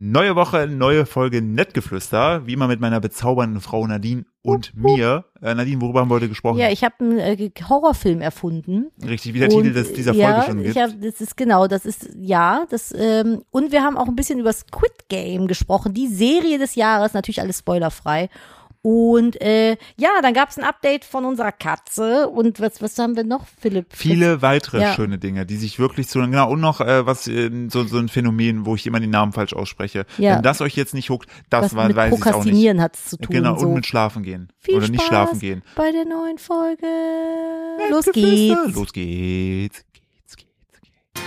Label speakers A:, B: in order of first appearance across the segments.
A: Neue Woche, neue Folge Nettgeflüster, wie immer mit meiner bezaubernden Frau Nadine und mir. Äh, Nadine, worüber haben wir heute gesprochen?
B: Ja, ich habe einen äh, Horrorfilm erfunden.
A: Richtig, wie der Titel des, dieser
B: ja,
A: Folge schon
B: ich
A: gibt.
B: Hab, das ist genau, das ist ja, das ähm, und wir haben auch ein bisschen über Squid Game gesprochen, die Serie des Jahres, natürlich alles spoilerfrei. Und äh, ja, dann gab es ein Update von unserer Katze und was was haben wir noch, Philipp?
A: Viele weitere
B: Ja.
A: schöne Dinge, die sich wirklich zu, genau, und noch äh, was, ähm, so, so ein Phänomen, wo ich immer den Namen falsch ausspreche.
B: Ja.
A: Wenn das euch jetzt nicht huckt, das,
B: was
A: war,
B: mit
A: weiß ich auch nicht.
B: Prokrastinieren hat es zu tun.
A: Genau,
B: so.
A: und mit Schlafen gehen.
B: Viel
A: Oder nicht
B: Spaß
A: schlafen gehen.
B: Bei der neuen Folge. Los
A: Nettgeflüster.
B: geht's.
A: Los geht's. Geht's, geht's, geht's.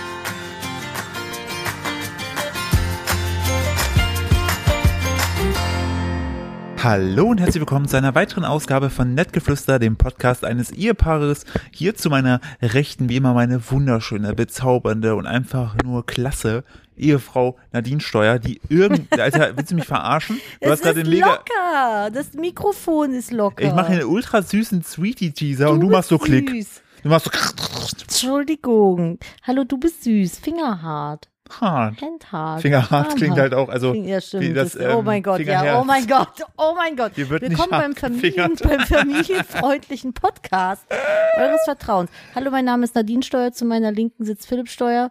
A: Hallo und herzlich willkommen zu einer weiteren Ausgabe von Nettgeflüster, dem Podcast eines Ehepaares. Hier zu meiner Rechten, wie immer, meine wunderschöne, bezaubernde und einfach nur klasse Ehefrau Nadine Steuer, die irgend... Alter, willst du mich verarschen? Du
B: Es ist
A: grad
B: locker. Das Mikrofon ist locker.
A: Ich mache hier einen ultra süßen Sweetie-Teaser und du
B: bist
A: machst so Klick.
B: süß.
A: Du machst so
B: Entschuldigung. Hallo, du bist süß. Fingerhart.
A: hart.
B: Handhart.
A: Fingerhart klingt halt auch, also
B: Ja, stimmt.
A: wie das,
B: das, oh
A: ähm,
B: mein Gott, ja.
A: Fingerherz.
B: Oh mein Gott. Oh mein Gott.
A: Hier wird nicht
B: Willkommen beim,
A: hart
B: Familien,
A: gefingert.
B: beim familienfreundlichen Podcast eures Vertrauens. Hallo, mein Name ist Nadine Steuer. Zu meiner Linken sitzt Philipp Steuer.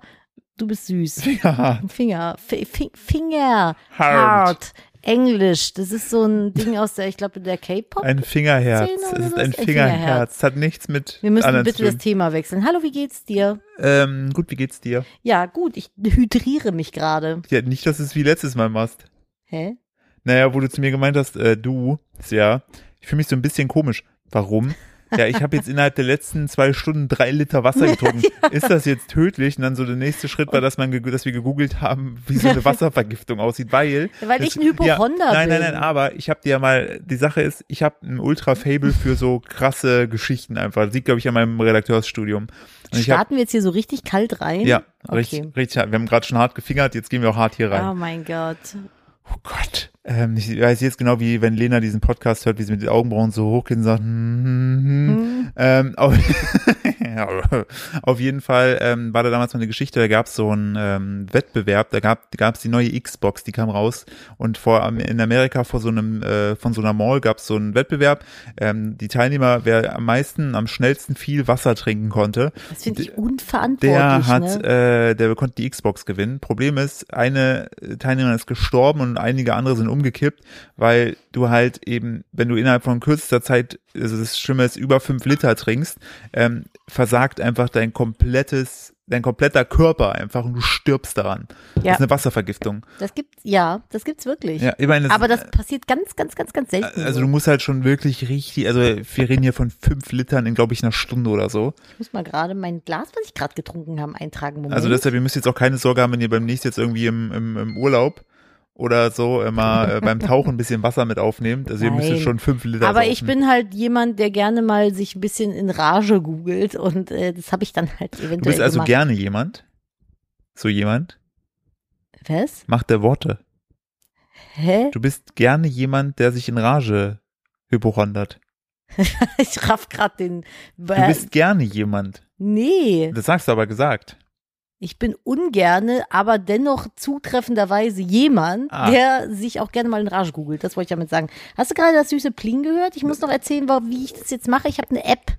B: Du bist süß.
A: Fingerhart.
B: Finger, Fi- Fi- Finger,
A: Hard.
B: hart, Englisch. Das ist so ein Ding aus der, ich glaube, der K-Pop.
A: Ein Fingerherz.
B: Zehn oder
A: Es ist
B: was?
A: ein
B: Ein Fingerherz.
A: Fingerherz. Hat nichts mit
B: Wir müssen
A: anderen
B: bitte
A: zu
B: das
A: tun.
B: Thema wechseln. Hallo, wie geht's dir?
A: Ähm, gut, wie geht's dir?
B: Ja, gut, ich hydriere mich gerade.
A: Ja, nicht, dass du es wie letztes Mal machst.
B: Hä?
A: Naja, wo du zu mir gemeint hast, äh, du, ja, ich fühle mich so ein bisschen komisch. Warum? Ja, ich habe jetzt innerhalb der letzten zwei Stunden drei Liter Wasser getrunken. Ist das jetzt tödlich? Und dann so der nächste Schritt war, dass man, ge- dass wir gegoogelt haben, wie so eine Wasservergiftung aussieht, weil
B: Weil
A: das-
B: ich ein Hypochonder
A: ja, nein,
B: bin.
A: Nein, nein, aber ich habe dir mal, die Sache ist, ich habe ein Ultra-Fable für so krasse Geschichten einfach. Das liegt, glaube ich, an meinem Redakteursstudium. Und ich hab,
B: Starten wir jetzt hier so richtig kalt rein?
A: ja,
B: okay.
A: richtig, richtig. Wir haben gerade schon hart gefingert, jetzt gehen wir auch hart hier rein.
B: Oh mein Gott.
A: Oh Gott. Ähm, ich weiß jetzt genau, wie wenn Lena diesen Podcast hört, wie sie mit den Augenbrauen so hochgeht und sagt, hm, hm, hm. Ähm, auf, Ja, auf jeden Fall ähm, war da damals mal eine Geschichte, da gab es so einen ähm, Wettbewerb, da gab es die neue Xbox, die kam raus und vor in Amerika vor so einem äh, von so einer Mall gab es so einen Wettbewerb. Ähm, die Teilnehmer, wer am meisten, am schnellsten viel Wasser trinken konnte,
B: Das finde ich
A: der
B: unverantwortlich.
A: hat,
B: ne?
A: äh, der konnte die Xbox gewinnen. Problem ist, eine Teilnehmerin ist gestorben und einige andere sind umgekippt, weil du halt eben, wenn du innerhalb von kürzester Zeit, also das Schlimme ist, über fünf Liter trinkst, ähm, versagt einfach dein komplettes, dein kompletter Körper einfach und du stirbst daran.
B: Ja.
A: Das ist eine Wasservergiftung.
B: Das gibt's, ja, das gibt's wirklich.
A: Ja, ich meine, das äh,
B: Aber das passiert ganz, ganz, ganz, ganz selten.
A: also du musst halt schon wirklich richtig, also wir reden hier von fünf Litern in, glaube ich, einer Stunde oder so.
B: ich muss mal gerade mein Glas, was ich gerade getrunken habe, eintragen. Moment.
A: Also deshalb, ihr müsst jetzt auch keine Sorge haben, wenn ihr beim nächsten jetzt irgendwie im, im, im Urlaub oder so immer äh, beim Tauchen ein bisschen Wasser mit aufnehmt. Also ihr müsst
B: Nein.
A: jetzt schon fünf Liter
B: Aber
A: saufen.
B: ich bin halt jemand, der gerne mal sich ein bisschen in Rage googelt und äh, das habe ich dann halt eventuell
A: Du bist also
B: gemacht.
A: gerne jemand? So jemand?
B: Was?
A: Macht der Worte.
B: Hä?
A: Du bist gerne jemand, der sich in Rage hypochondert.
B: Ich raff gerade den. Äh.
A: Du bist gerne jemand.
B: nee,
A: Das sagst du aber gesagt.
B: ich bin ungerne, aber dennoch zutreffenderweise jemand,
A: Ah.
B: der sich auch gerne mal in Rage googelt. Das wollte ich damit sagen. Hast du gerade das süße Pling gehört? Ich muss noch erzählen, wa- wie ich das jetzt mache. Ich habe eine App,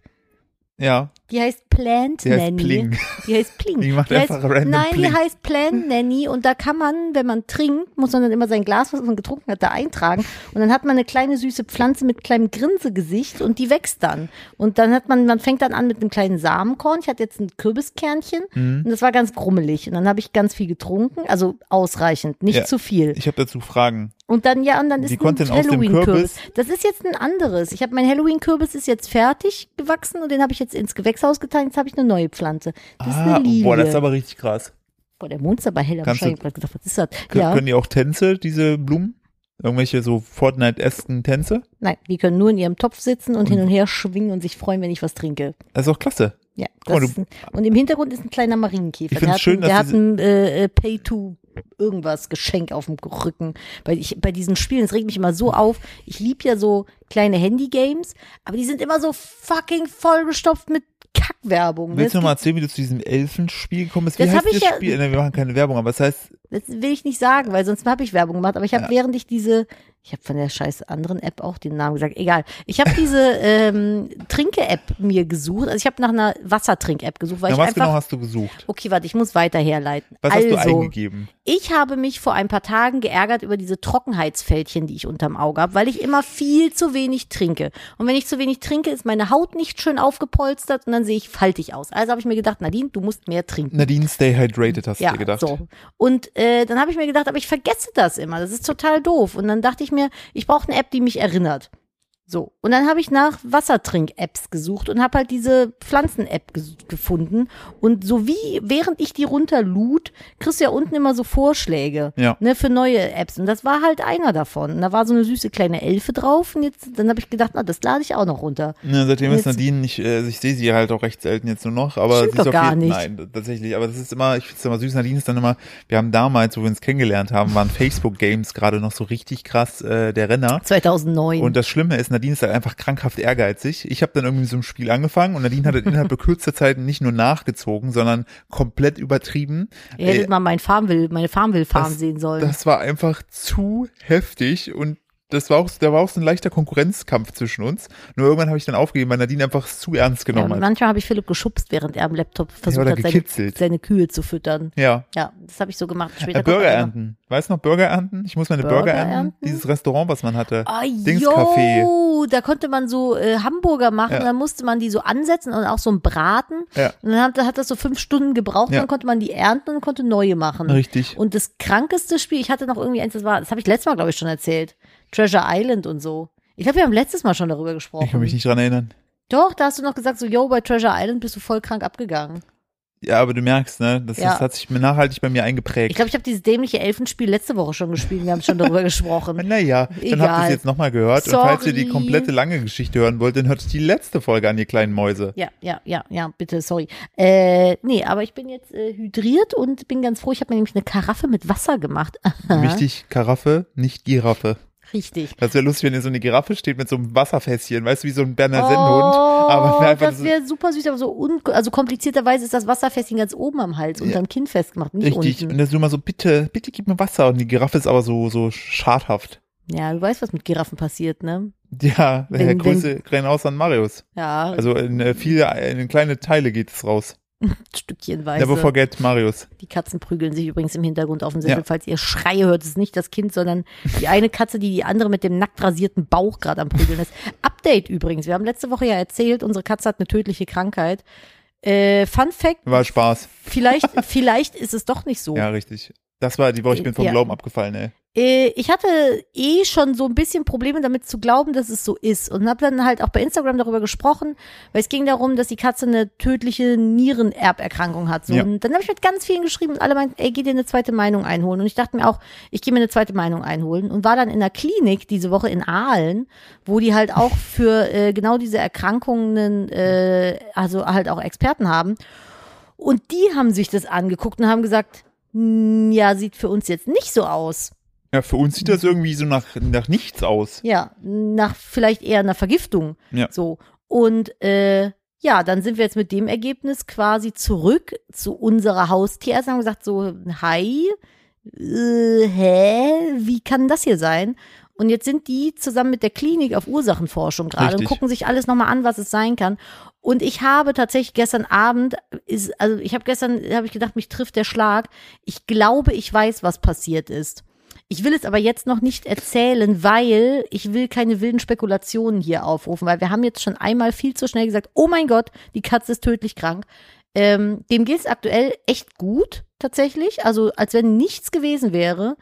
A: Ja,
B: die heißt Plant
A: die heißt
B: Nanny.
A: Pling.
B: Die heißt Pling.
A: Die macht
B: heißt,
A: einfach random
B: Nein,
A: Pling.
B: die heißt Plan Nanny und da kann man, wenn man trinkt, muss man dann immer sein Glas, was man getrunken hat, da eintragen und dann hat man eine kleine süße Pflanze mit kleinem Grinsegesicht und die wächst dann. Und dann hat man, man fängt dann an mit einem kleinen Samenkorn. Ich hatte jetzt ein Kürbiskernchen
A: Mhm.
B: und das war ganz grummelig und dann habe ich ganz viel getrunken, also ausreichend, nicht
A: Ja.
B: zu viel.
A: Ich habe dazu Fragen.
B: Und dann, ja, und dann ist
A: Wie
B: ein
A: kommt denn aus dem
B: Halloween-Kürbis.
A: Kürbis?
B: Das ist jetzt ein anderes. Ich habe mein Halloween-Kürbis ist jetzt fertig gewachsen und den habe ich jetzt ins Gewächshaus getan. Jetzt habe ich eine neue Pflanze. Das ist eine
A: ah,
B: Lilie.
A: boah, das ist aber richtig krass.
B: boah, der Mond ist aber hell. Am
A: Kannst du-
B: Schein. Ich hab gedacht, was ist das?
A: Kö-
B: ja,
A: Können die auch Tänze, diese Blumen? Irgendwelche so Fortnite-esken Tänze?
B: nein, die können nur in ihrem Topf sitzen und hin und her schwingen und sich freuen, wenn ich was trinke.
A: Das ist auch klasse.
B: Ja,
A: Guck mal,
B: das
A: du-
B: ist ein, und im Hintergrund ist ein kleiner Marienkäfer.
A: Ich find's
B: der hat,
A: schön,
B: ein, der
A: dass
B: hat ein äh, äh, Pay to irgendwas Geschenk auf dem Rücken. Bei, ich, bei diesen Spielen, das regt mich immer so auf. Ich lieb ja so kleine Handy-Games, aber die sind immer so fucking vollgestopft mit Kackwerbung. ne?
A: Willst du
B: Das
A: noch mal erzählen, wie du zu diesem Elfenspiel gekommen bist? Wie
B: Das
A: heißt
B: hab ich
A: das
B: ja-
A: Spiel? Nein, wir machen keine Werbung, aber es heißt,
B: Das will ich nicht sagen, weil sonst habe ich Werbung gemacht. Aber ich habe,
A: Ja.
B: während ich diese, ich habe von der scheiß anderen App auch den Namen gesagt, egal. Ich habe diese ähm, Trinke-App mir gesucht. Also ich habe nach einer Wassertrink-App gesucht, weil
A: na,
B: ich
A: was
B: einfach.
A: genau hast du gesucht?
B: Okay, warte, ich muss weiter herleiten.
A: Was
B: also,
A: hast du eingegeben?
B: ich habe mich vor ein paar Tagen geärgert über diese Trockenheitsfältchen, die ich unterm Auge habe, weil ich immer viel zu wenig trinke. Und wenn ich zu wenig trinke, ist meine Haut nicht schön aufgepolstert und dann sehe ich faltig aus. Also habe ich mir gedacht, Nadine, du musst mehr trinken.
A: Nadine, stay hydrated, hast
B: Ja,
A: du dir gedacht.
B: so. Und äh, dann habe ich mir gedacht, aber ich vergesse das immer. Das ist total doof. Und dann dachte ich mir, ich brauche eine App, die mich erinnert. So. Und dann habe ich nach Wassertrink-Apps gesucht und habe halt diese Pflanzen-App ges- gefunden. Und so wie, während ich die runterlud, kriegst du ja unten immer so Vorschläge
A: Ja.
B: ne, für neue Apps. Und das war halt einer davon. Und da war so eine süße kleine Elfe drauf. Und jetzt, dann habe ich gedacht, na, das lade ich auch noch runter.
A: Ja, Ne, seitdem ist
B: Jetzt-
A: Nadine nicht, äh, ich sehe sie halt auch recht selten jetzt nur noch, aber
B: Stimmt
A: sie ist
B: doch
A: auf
B: gar
A: jeden,
B: nicht.
A: Nein, tatsächlich, aber das ist immer, ich finde es immer süß, Nadine ist dann immer, wir haben damals, wo wir uns kennengelernt haben, waren Facebook-Games gerade noch so richtig krass äh, der Renner.
B: 2009.
A: Und das Schlimme ist, Nadine ist halt einfach krankhaft ehrgeizig. Ich habe dann irgendwie mit so einem Spiel angefangen und Nadine hat halt innerhalb kürzester Zeit nicht nur nachgezogen, sondern komplett übertrieben.
B: Ihr hättet
A: Äh,
B: mal mein Farmville, meine Farmville-Farm
A: das-
B: sehen sollen.
A: das war einfach zu heftig und das war auch, da war auch so ein leichter Konkurrenzkampf zwischen uns. Nur irgendwann habe ich dann aufgegeben, weil Nadine einfach es zu ernst
B: Ja,
A: genommen hat.
B: manchmal habe ich Philipp geschubst, während er am Laptop versucht
A: oder
B: hat, seine,
A: gekitzelt.
B: seine Kühe zu füttern.
A: Ja.
B: Ja, das habe ich so gemacht. Später
A: Äh,
B: kommt
A: Burger
B: einer.
A: ernten. Weißt du noch Burger ernten? Ich muss meine Burger,
B: Burger
A: ernten.
B: ernten?
A: Dieses Restaurant, was man hatte.
B: Ah,
A: Dingscafé.
B: jo, da konnte man so äh, Hamburger machen,
A: Ja.
B: und dann musste man die so ansetzen und auch so einen Braten.
A: Ja.
B: Und dann hat, hat das so fünf Stunden gebraucht, und
A: Ja.
B: dann konnte man die ernten und konnte neue machen.
A: Richtig.
B: Und das krankeste Spiel, ich hatte noch irgendwie eins, das war, das habe ich letztes Mal, glaube ich, schon erzählt. Treasure Island und so. Ich glaube, wir haben letztes Mal schon darüber gesprochen.
A: Ich kann mich nicht dran erinnern.
B: Doch, da hast du noch gesagt, so, yo, bei Treasure Island bist du voll krank abgegangen.
A: Ja, aber du merkst, ne? Das,
B: Ja.
A: das hat sich mir nachhaltig bei mir
B: Ich
A: eingeprägt.
B: glaube, ich habe dieses dämliche Elfenspiel letzte Woche schon gespielt. Wir haben schon darüber gesprochen.
A: naja, dann habt ihr
B: Egal.
A: es jetzt nochmal gehört. Und
B: Sorry.
A: falls ihr die komplette lange Geschichte hören wollt, dann hört die letzte Folge an, ihr kleinen Mäuse.
B: Ja, ja, ja, ja, bitte, sorry. Äh, nee, aber ich bin jetzt äh, hydriert und bin ganz froh. Ich habe mir nämlich eine Karaffe mit Wasser gemacht. Aha,
A: Wichtig, Karaffe, nicht Giraffe.
B: Richtig.
A: Das wäre lustig, wenn hier so eine Giraffe steht mit so einem Wasserfässchen, weißt du, wie so ein Berner Sennhund. aber einfach
B: Oh, das wäre super süß, aber so un also komplizierterweise ist das Wasserfässchen ganz oben am Hals, unterm Kinn festgemacht, nicht
A: richtig. Und
B: unten.
A: das ist immer so, bitte, bitte gib mir Wasser. Und die Giraffe ist aber so, so schadhaft.
B: Ja, du weißt, was mit Giraffen passiert, ne?
A: Ja,
B: Wenn-
A: Herr Grüße gehen aus an Marius.
B: Ja,
A: Also in äh, viele, in kleine Teile geht es raus.
B: Stückchenweise.
A: Never forget Marius.
B: Die Katzen prügeln sich übrigens im Hintergrund auf dem Sessel.
A: Ja.
B: Falls ihr Schreie hört, ist nicht das Kind, sondern die eine Katze, die die andere mit dem nackt rasierten Bauch gerade am Prügeln ist. Update übrigens. Wir haben letzte Woche ja erzählt, unsere Katze hat eine tödliche Krankheit. Äh, Fun Fact,
A: War Spaß.
B: vielleicht, vielleicht ist es doch nicht so.
A: Ja, richtig. Das war die Woche, ich bin vom
B: Ja.
A: Glauben abgefallen, ey.
B: Äh, ich hatte eh schon so ein bisschen Probleme damit zu glauben, dass es so ist. Und habe dann halt auch bei Instagram darüber gesprochen, weil es ging darum, dass die Katze eine tödliche Nierenerberkrankung hat. So.
A: Ja.
B: Und dann habe ich mit ganz vielen geschrieben und alle meinten, ey, geh dir eine zweite Meinung einholen. Und ich dachte mir auch, ich gehe mir eine zweite Meinung einholen. Und war dann in der Klinik diese Woche in Aalen, wo die halt auch für äh, genau diese Erkrankungen, äh, also halt auch Experten haben. Und die haben sich das angeguckt und haben gesagt, "Hm, ja, sieht für uns jetzt nicht so aus.
A: Ja, für uns sieht das irgendwie so nach, nach nichts aus.
B: Ja, nach vielleicht eher einer Vergiftung.
A: Ja.
B: So. Und äh, ja, dann sind wir jetzt mit dem Ergebnis quasi zurück zu unserer Haustierärztin und haben gesagt so, hi, äh, hä, wie kann das hier sein? Und jetzt sind die zusammen mit der Klinik auf Ursachenforschung gerade und
A: Richtig.
B: gucken sich alles nochmal an, was es sein kann. Und ich habe tatsächlich gestern Abend, ist, also ich habe gestern, habe ich gedacht, mich trifft der Schlag. Ich glaube, ich weiß, was passiert ist. Ich will es aber jetzt noch nicht erzählen, weil ich will keine wilden Spekulationen hier aufrufen, weil wir haben jetzt schon einmal viel zu schnell gesagt, oh mein Gott, die Katze ist tödlich krank. Ähm, dem geht es aktuell echt gut, tatsächlich. Also als wenn nichts gewesen wäre.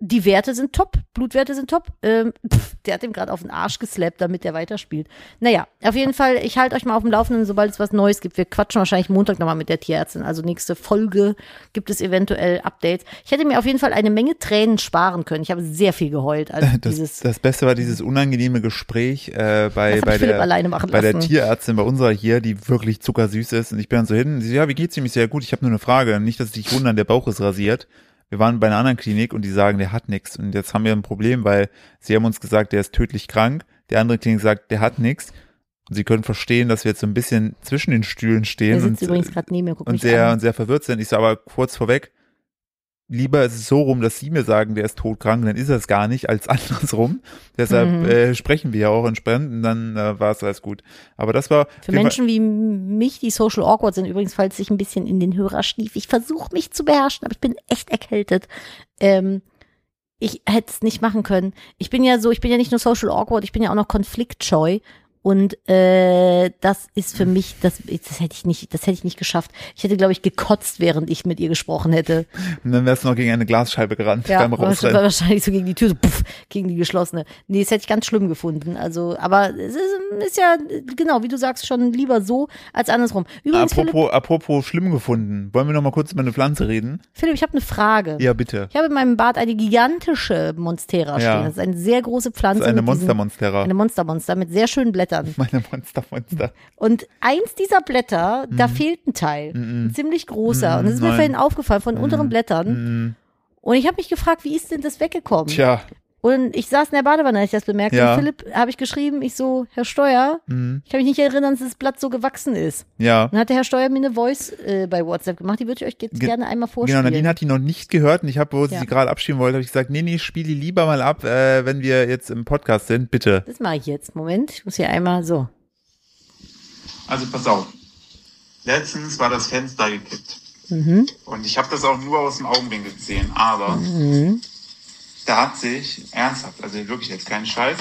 B: Die Werte sind top, Blutwerte sind top. Ähm, pff, der hat ihm gerade auf den Arsch geslappt, damit er weiterspielt. Naja, auf jeden Fall, ich halte euch mal auf dem Laufenden, sobald es was Neues gibt. Wir quatschen wahrscheinlich Montag nochmal mit der Tierärztin. Also nächste Folge gibt es eventuell Updates. Ich hätte mir auf jeden Fall eine Menge Tränen sparen können. Ich habe sehr viel geheult. Also
A: Das,
B: dieses,
A: das Beste war dieses unangenehme Gespräch äh, bei,
B: das hat
A: bei,
B: ich Philipp
A: der,
B: alleine machen
A: bei der
B: lassen.
A: Tierärztin, bei unserer hier, die wirklich zuckersüß ist. Und ich bin dann so hin, und sie so, ja, wie geht's ihm? Ich so, ja gut, ich habe nur eine Frage. Nicht, dass dich wundern, der Bauch ist rasiert. Wir waren bei einer anderen Klinik und die sagen, der hat nichts. Und jetzt haben wir ein Problem, weil sie haben uns gesagt, der ist tödlich krank. Der andere Klinik sagt, der hat nichts. Und sie können verstehen, dass wir jetzt so ein bisschen zwischen den Stühlen
B: Der
A: stehen und,
B: sitzt
A: äh,
B: übrigens gerade neben mir, guck
A: und
B: mich
A: sehr,
B: an.
A: und sehr verwirrt sind. Ich sage aber kurz vorweg, lieber ist es so rum, dass sie mir sagen, der ist todkrank, dann ist er es gar nicht, als andersrum. Deshalb
B: Mhm.
A: äh, sprechen wir ja auch entsprechend und dann äh, war es alles gut. Aber das war auf
B: Für
A: jeden Fall-
B: Menschen wie mich, die social awkward sind, übrigens, falls ich ein bisschen in den Hörer schlief, ich versuche mich zu beherrschen, aber ich bin echt erkältet. Ähm, ich hätte es nicht machen können. Ich bin ja so, ich bin ja nicht nur social awkward, ich bin ja auch noch konfliktscheu. Und äh, das ist für mich, das, das hätte ich nicht, das hätte ich nicht geschafft. Ich hätte, glaube ich, gekotzt, während ich mit ihr gesprochen hätte.
A: und dann wärst du noch gegen eine Glasscheibe gerannt
B: Ja,
A: beim
B: wahrscheinlich,
A: Rausrennen.
B: wahrscheinlich so gegen die Tür, so puff, gegen die geschlossene. Nee, das hätte ich ganz schlimm gefunden. Also, aber es ist, ist ja, genau, wie du sagst, schon lieber so als andersrum. Übrigens, Philipp,
A: Apropos, apropos schlimm gefunden, wollen wir noch mal kurz über eine Pflanze reden?
B: Philipp, ich habe eine Frage.
A: Ja, bitte.
B: Ich habe in meinem Bad eine gigantische Monstera
A: Ja.
B: stehen. Das ist eine sehr große Pflanze.
A: Das ist eine
B: mit diesen-
A: Monster-Monstera.
B: Eine Monstermonster mit sehr schönen Blättern.
A: Meine Monster-Monster.
B: Und eins dieser Blätter, da fehlt ein Teil. Ein ziemlich großer. Und das ist mir
A: Mhm. nein.
B: vorhin aufgefallen von unteren Blättern.
A: Mhm.
B: Und ich habe mich gefragt, wie ist denn das weggekommen?
A: Tja,
B: Und ich saß in der Badewanne, als ich das bemerkte.
A: Ja.
B: Und Philipp habe ich geschrieben, ich so, Herr Steuer,
A: mhm.
B: ich kann mich nicht erinnern, dass das Blatt so gewachsen ist.
A: ja.
B: Und dann hat der Herr Steuer mir eine Voice äh, bei WhatsApp gemacht, die würde ich euch jetzt
A: Ge-
B: gerne einmal
A: Genau,
B: vorstellen.
A: Nadine hat die noch nicht gehört und ich habe, wo sie
B: Ja.
A: sie gerade abschieben wollte, habe ich gesagt, nee, nee, spiel die lieber mal ab, äh, wenn wir jetzt im Podcast sind, bitte.
B: das mache ich jetzt. Moment, ich muss hier einmal so.
C: Also pass auf. Letztens war das Fenster gekippt.
B: Mhm.
C: Und ich habe das auch nur aus dem Augenwinkel gesehen. Aber
B: Mhm.
C: da hat sich ernsthaft, also wirklich jetzt kein Scheiß,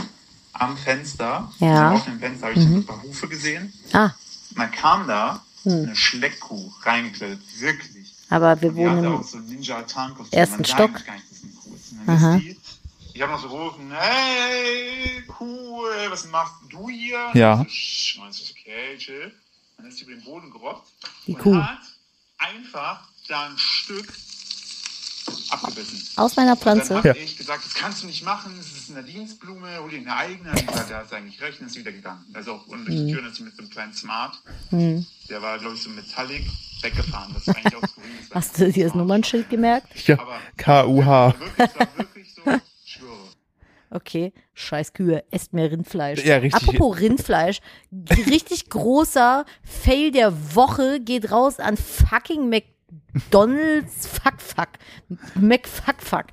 C: am Fenster,
B: Ja. Mhm.
C: am offenen Fenster, habe ich ein paar Hufe gesehen.
B: Ah,
C: Und dann kam da
B: Hm.
C: eine Schleckkuh reingeklettert. Wirklich.
B: aber wir
C: Und die hatte
B: wohnen
C: auch so Ninja Tank auf
B: Ersten Stock.
C: Gar nicht, dass es eine Kuh ist. Und
B: Aha.
C: dann ist die, ich habe noch so gerufen, hey, Kuh, ey, was machst du hier? Und
A: Ja.
C: ich So, "Sch", und ich so, okay, chill. Dann ist sie über den Boden gerobbt.
B: Die
C: und
B: Kuh.
C: hat einfach da ein Stück abgebissen.
B: aus meiner Pflanze.
C: Dann habe
A: Ja.
C: ich gesagt, das kannst du nicht machen, das ist eine Dienstblume, hol dir eine eigene. Und gesagt, da hast du eigentlich recht, und ist wieder gegangen. Also auch unten
B: Mhm.
C: durch die Tür, und ist mit so einem kleinen Smart,
B: Hm.
C: der war, glaube ich, so metallic weggefahren. Das ist eigentlich auch skurril. Das war
B: Hast du dir das Nummernschild gemerkt?
A: Ja,
C: Aber-
A: K-U-H.
C: Wirklich, es war wirklich so, ich schwöre.
B: Okay, scheiß Kühe, esst mehr Rindfleisch.
A: Ja, richtig.
B: Apropos Rindfleisch, richtig großer Fail der Woche geht raus an fucking McDonalds Fuck Fuck. McFuck Fuck.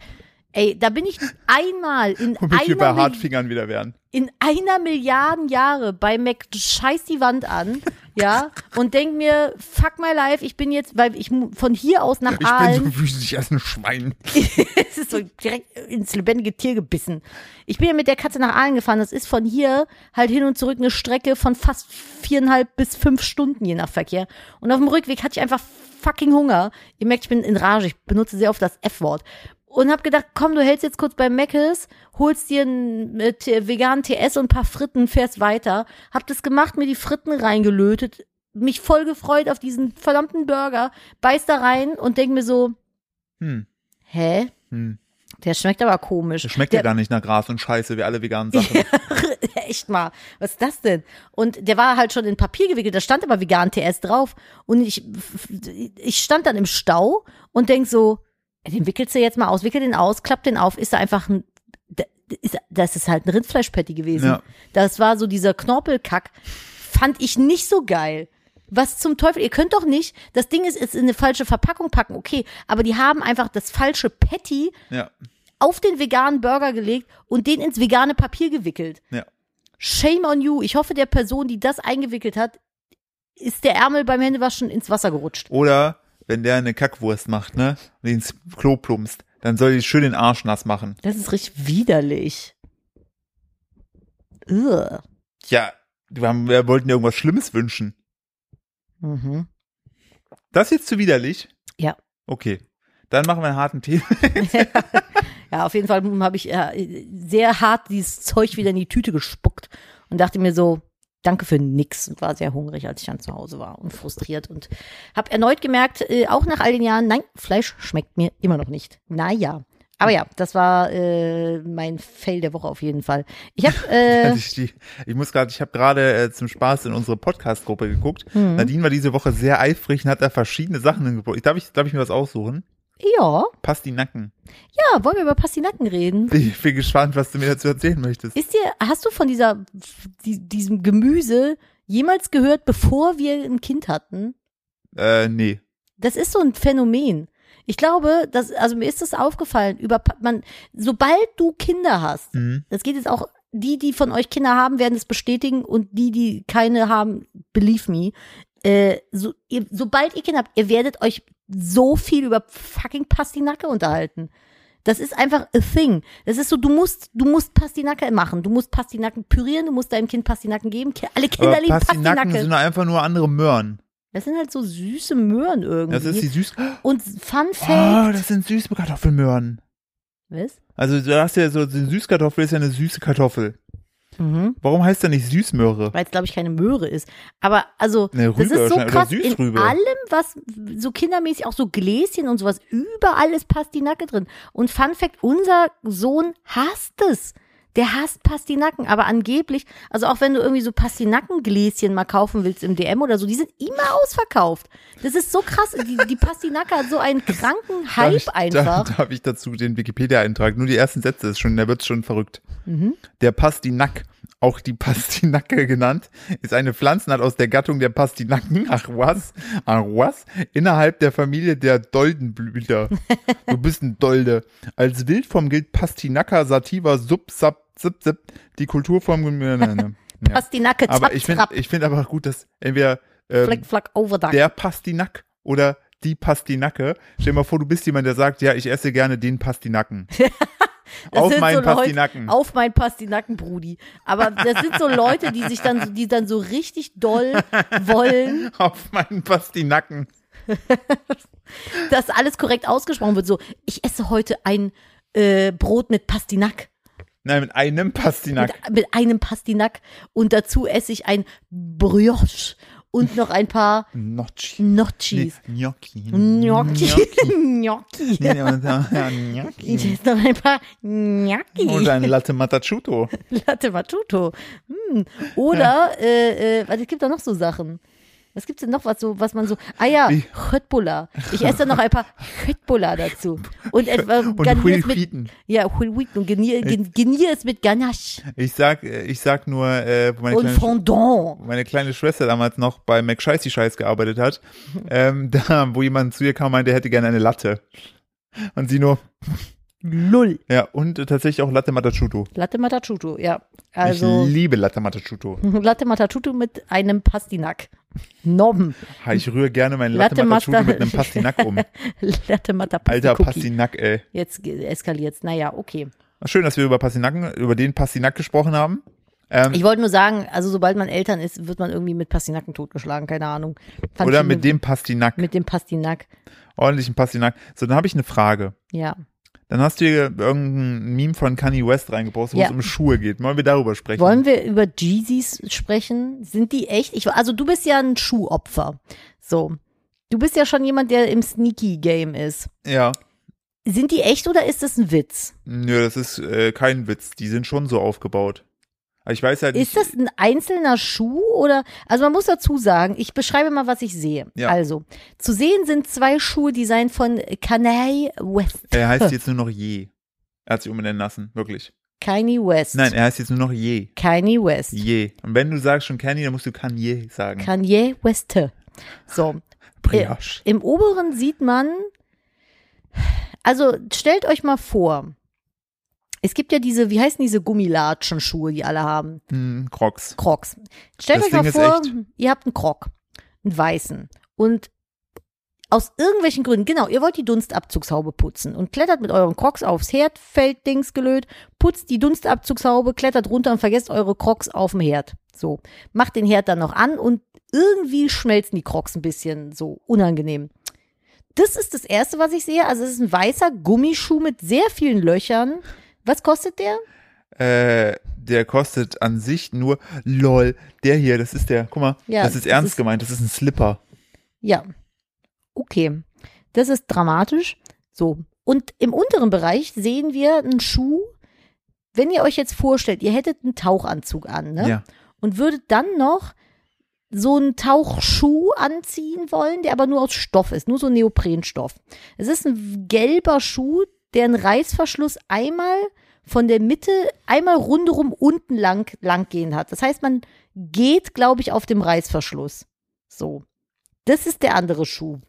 B: Ey, da bin ich einmal in
A: Womit wir bei
B: einer, Mil-
A: Hartfingern wieder wären.
B: in einer Milliarden Jahre bei Mac scheiß die Wand an, ja, und denk mir, fuck my life, ich bin jetzt, weil ich mu- von hier aus nach
A: Ich
B: Aalen
A: bin so wütend, ich esse ein Schwein.
B: es ist so direkt ins lebendige Tier gebissen. Ich bin ja mit der Katze nach Aalen gefahren. Das ist von hier halt hin und zurück eine Strecke von fast viereinhalb bis fünf Stunden, je nach Verkehr. Und auf dem Rückweg hatte ich einfach fucking Hunger. Ihr merkt, ich bin in Rage. Ich benutze sehr oft das F-Wort. Und hab gedacht, komm, du hältst jetzt kurz bei Meckes, holst dir einen äh, T- veganen TS und ein paar Fritten, fährst weiter. Hab das gemacht, mir die Fritten reingelötet, mich voll gefreut auf diesen verdammten Burger, beiß da rein und denk mir so,
A: Hm.
B: hä?
A: Hm.
B: Der schmeckt aber komisch.
A: Das schmeckt ja
B: der,
A: gar nicht nach Gras und Scheiße, wie alle veganen Sachen.
B: echt mal. Was ist das denn? Und der war halt schon in Papier gewickelt, da stand aber vegan TS drauf. Und ich, ich stand dann im Stau und denk so, ey, den wickelst du jetzt mal aus, wickel den aus, klapp den auf, ist da einfach ein, da- ist- das ist halt ein Rindfleischpatty gewesen.
A: Ja.
B: Das war so dieser Knorpelkack. Fand ich nicht so geil. Was zum Teufel? Ihr könnt doch nicht, das Ding ist, ist in eine falsche Verpackung packen, okay, aber die haben einfach das falsche Patty
A: Ja,
B: auf den veganen Burger gelegt und den ins vegane Papier gewickelt.
A: ja.
B: Shame on you. Ich hoffe, der Person, die das eingewickelt hat, ist der Ärmel beim Händewaschen ins Wasser gerutscht.
A: Oder wenn der eine Kackwurst macht, ne, und ihn ins Klo plumpst, dann soll die schön den Arsch nass machen.
B: Das ist richtig widerlich. Ugh.
A: Ja, wir, haben, wir wollten dir irgendwas Schlimmes wünschen.
B: Mhm.
A: Das ist jetzt zu widerlich?
B: Ja.
A: Okay. Dann machen wir einen harten Tee.
B: Ja, auf jeden Fall habe ich äh, sehr hart dieses Zeug wieder in die Tüte gespuckt und dachte mir so, danke für nix und war sehr hungrig, als ich dann zu Hause war und frustriert und habe erneut gemerkt, äh, auch nach all den Jahren, nein, Fleisch schmeckt mir immer noch nicht. Naja. Aber ja, das war äh, mein Fail der Woche auf jeden Fall. Ich habe äh,
A: Also ich, die, ich muss gerade, ich habe gerade äh, zum Spaß in unsere Podcast-Gruppe
B: Mhm. hm.
A: also geguckt. Nadine war diese Woche sehr eifrig und hat da verschiedene Sachen hingebracht. Darf ich, darf ich mir was aussuchen?
B: Ja,
A: Passt die Nacken.
B: ja, wollen wir über Pastinaken reden?
A: Ich bin gespannt, was du mir dazu erzählen möchtest.
B: Ist dir, hast du von dieser, die, diesem Gemüse jemals gehört, bevor wir ein Kind hatten?
A: Äh, nee.
B: Das ist so ein Phänomen. Ich glaube, dass, also mir ist das aufgefallen, über, Pa- man, sobald du Kinder hast,
A: Mhm.
B: das geht jetzt auch, die, die von euch Kinder haben, werden es bestätigen und die, die keine haben, believe me, äh, so, ihr, sobald ihr Kinder habt, ihr werdet euch so viel über fucking Pastinacke unterhalten. Das ist einfach a thing. Das ist so, du musst, du musst Pastinacke machen, du musst Pastinacken pürieren, du musst deinem Kind Pastinacken geben. Ki- Alle Kinder
A: Aber
B: lieben
A: Pastinaken
B: Pastinacke.
A: sind einfach nur andere Möhren.
B: das sind halt so süße Möhren irgendwie.
A: Das ist die süß.
B: und Fun Fact,
A: Oh, das sind süße Kartoffelmöhren.
B: was?
A: Also du hast ja so, die Süßkartoffel ist ja eine süße Kartoffel.
B: Mhm.
A: Warum heißt der nicht Süßmöhre?
B: weil es glaube ich keine Möhre ist. Aber also
A: Eine
B: das
A: Rübe
B: ist so
A: wahrscheinlich, oder
B: krass in
A: Süßrübe.
B: allem, was so kindermäßig auch so Gläschen und sowas überall ist Pastinacke drin. Und Fun Fact: Unser Sohn hasst es. Der hasst Pastinaken, aber angeblich, also auch wenn du irgendwie so Pastinackengläschen mal kaufen willst im DM oder so, die sind immer ausverkauft. Das ist so krass. Die, die Pastinacke hat so einen kranken
A: Darf
B: Hype
A: ich,
B: einfach.
A: Darf, darf ich dazu den Wikipedia-Eintrag? Nur die ersten Sätze ist schon, da wird's schon verrückt. Der Pastinack, auch die Pastinacke genannt, ist eine Pflanzenart aus der Gattung der Pastinaken, ach was, ach was, innerhalb der Familie der Doldenblüter. Du bist ein Dolde. Als Wildform gilt Pastinacca sativa sub sub sub sub, die Kulturform. Ne, ne, ne. Ja.
B: Pastinacke,
A: Aber
B: zapp,
A: ich finde
B: zapp,
A: ich find aber gut, dass entweder ähm,
B: flack, flack, overduck.
A: der Pastinack oder die Pastinacke. Stell dir mal vor, du bist jemand, der sagt, ja, ich esse gerne den Pastinacken.
B: Das
A: Auf
B: sind
A: meinen
B: Leute-
A: Pastinacken.
B: Auf meinen Pastinacken, Brudi. Aber das sind so Leute, die sich dann, so- die dann so richtig doll wollen,
A: Auf meinen Pastinacken.
B: dass alles korrekt ausgesprochen wird. So, ich esse heute ein äh, Brot mit Pastinack.
A: Nein, mit einem
B: Mit,
A: Pastinack.
B: mit einem Pastinack. Und dazu esse ich ein Brioche und noch ein paar
A: Gnocchi. Nee,
B: Gnocchis.
A: Gnocchi.
B: Gnocchi. Gnocchi.
A: Nee, nee, und dann- ja, Gnocchi.
B: Ich esse noch ein paar Gnocchi.
A: Und eine Latte Matachuto.
B: Latte Matuto. Hm. Oder, äh, äh, warte, es gibt da noch so Sachen. Was gibt's denn noch, was so, was man so, ah ja,
A: Wie?
B: Chötbullar. Ich esse dann noch ein paar Chötbullar dazu. Und etwa
A: Und
B: garnier es ähm, mit,
A: Huilfieten.
B: ja, Huil Wheat und garnier, gen- garnier es mit Ganache
A: Ich sag, ich sag nur, äh, wo meine
B: und
A: kleine Sch-
B: Fondant.
A: meine kleine Schwester damals noch bei McScheißy Scheiß gearbeitet hat, ähm, da, wo jemand zu ihr kam, meinte, er hätte gerne eine Latte. Und sie nur,
B: Lull.
A: Ja, und tatsächlich auch Latte Matachuto.
B: Latte Matachuto, ja. Also,
A: ich liebe Latte Matachuto.
B: Latte Matachuto mit einem Pastinak. Nom.
A: Ha, Ich rühre gerne meinen Latte,
B: Latte
A: Matachuto
B: Mata-
A: mit einem Pastinack um.
B: Latte Matachuto.
A: Alter Pastinack, ey.
B: Jetzt ge- eskaliert's. Naja, okay.
A: Schön, dass wir über Pastinacken, über den Pastinack gesprochen haben. Ähm,
B: Ich wollte nur sagen, also sobald man Eltern ist, wird man irgendwie mit Pastinaken totgeschlagen, keine Ahnung. Fand
A: oder
B: ich
A: mit
B: eine-
A: dem Pastinack,
B: mit dem Pastinak,
A: ordentlichen Pastinack. So, dann habe ich eine Frage.
B: ja.
A: Dann hast du hier irgendein Meme von Kanye West reingepostet, wo
B: Ja.
A: es um Schuhe geht. Wollen wir darüber sprechen?
B: Wollen wir über Jeezys sprechen? Sind die echt? Ich, also du bist ja ein Schuhopfer. So. Du bist ja schon jemand, der im Sneaky Game ist.
A: Ja.
B: Sind die echt oder ist das ein Witz?
A: Nö, das ist äh, kein Witz. Die sind schon so aufgebaut. Aber ich weiß halt nicht.
B: Ist das ein einzelner Schuh oder? Also man muss dazu sagen, ich beschreibe mal, was ich sehe.
A: Ja.
B: Also, zu sehen sind zwei Schuhe design von Kanye West.
A: Er heißt jetzt nur noch Je. Er hat sich umbenennen lassen, wirklich.
B: Kanye West.
A: Nein, er heißt jetzt nur noch Je.
B: Kanye West.
A: Je. Und wenn du sagst schon Kanye, dann musst du Kanye sagen.
B: Kanye West. So,
A: Brioche.
B: im oberen sieht man, also stellt euch mal vor, es gibt ja diese, wie heißen diese Gummilatschen-Schuhe, die alle haben?
A: Hm, Crocs.
B: Crocs. Stellt
A: Das
B: euch mal
A: Ding ist
B: vor,
A: echt.
B: ihr habt einen Croc, einen weißen und aus irgendwelchen Gründen, genau, ihr wollt die Dunstabzugshaube putzen und klettert mit euren Crocs aufs Herd, fällt Dings gelöt, putzt die Dunstabzugshaube, klettert runter und vergesst eure Crocs auf dem Herd. So, macht den Herd dann noch an und irgendwie schmelzen die Crocs ein bisschen so unangenehm. Das ist das erste, was ich sehe. Also es ist ein weißer Gummischuh mit sehr vielen Löchern. Was kostet der?
A: Äh, der kostet an sich nur, lol, der hier, das ist der, guck mal,
B: Ja,
A: das ist
B: das
A: ernst
B: ist-
A: gemeint, das ist ein Slipper.
B: Ja. Okay. Das ist dramatisch. So. Und im unteren Bereich sehen wir einen Schuh. Wenn ihr euch jetzt vorstellt, ihr hättet einen Tauchanzug an, ne?
A: Ja.
B: Und würdet dann noch so einen Tauchschuh anziehen wollen, der aber nur aus Stoff ist, nur so Neoprenstoff. Es ist ein gelber Schuh, deren Reißverschluss einmal von der Mitte einmal rundherum unten lang, lang gehen hat. Das heißt, man geht, glaube ich, auf dem Reißverschluss. So. Das ist der andere Schuh.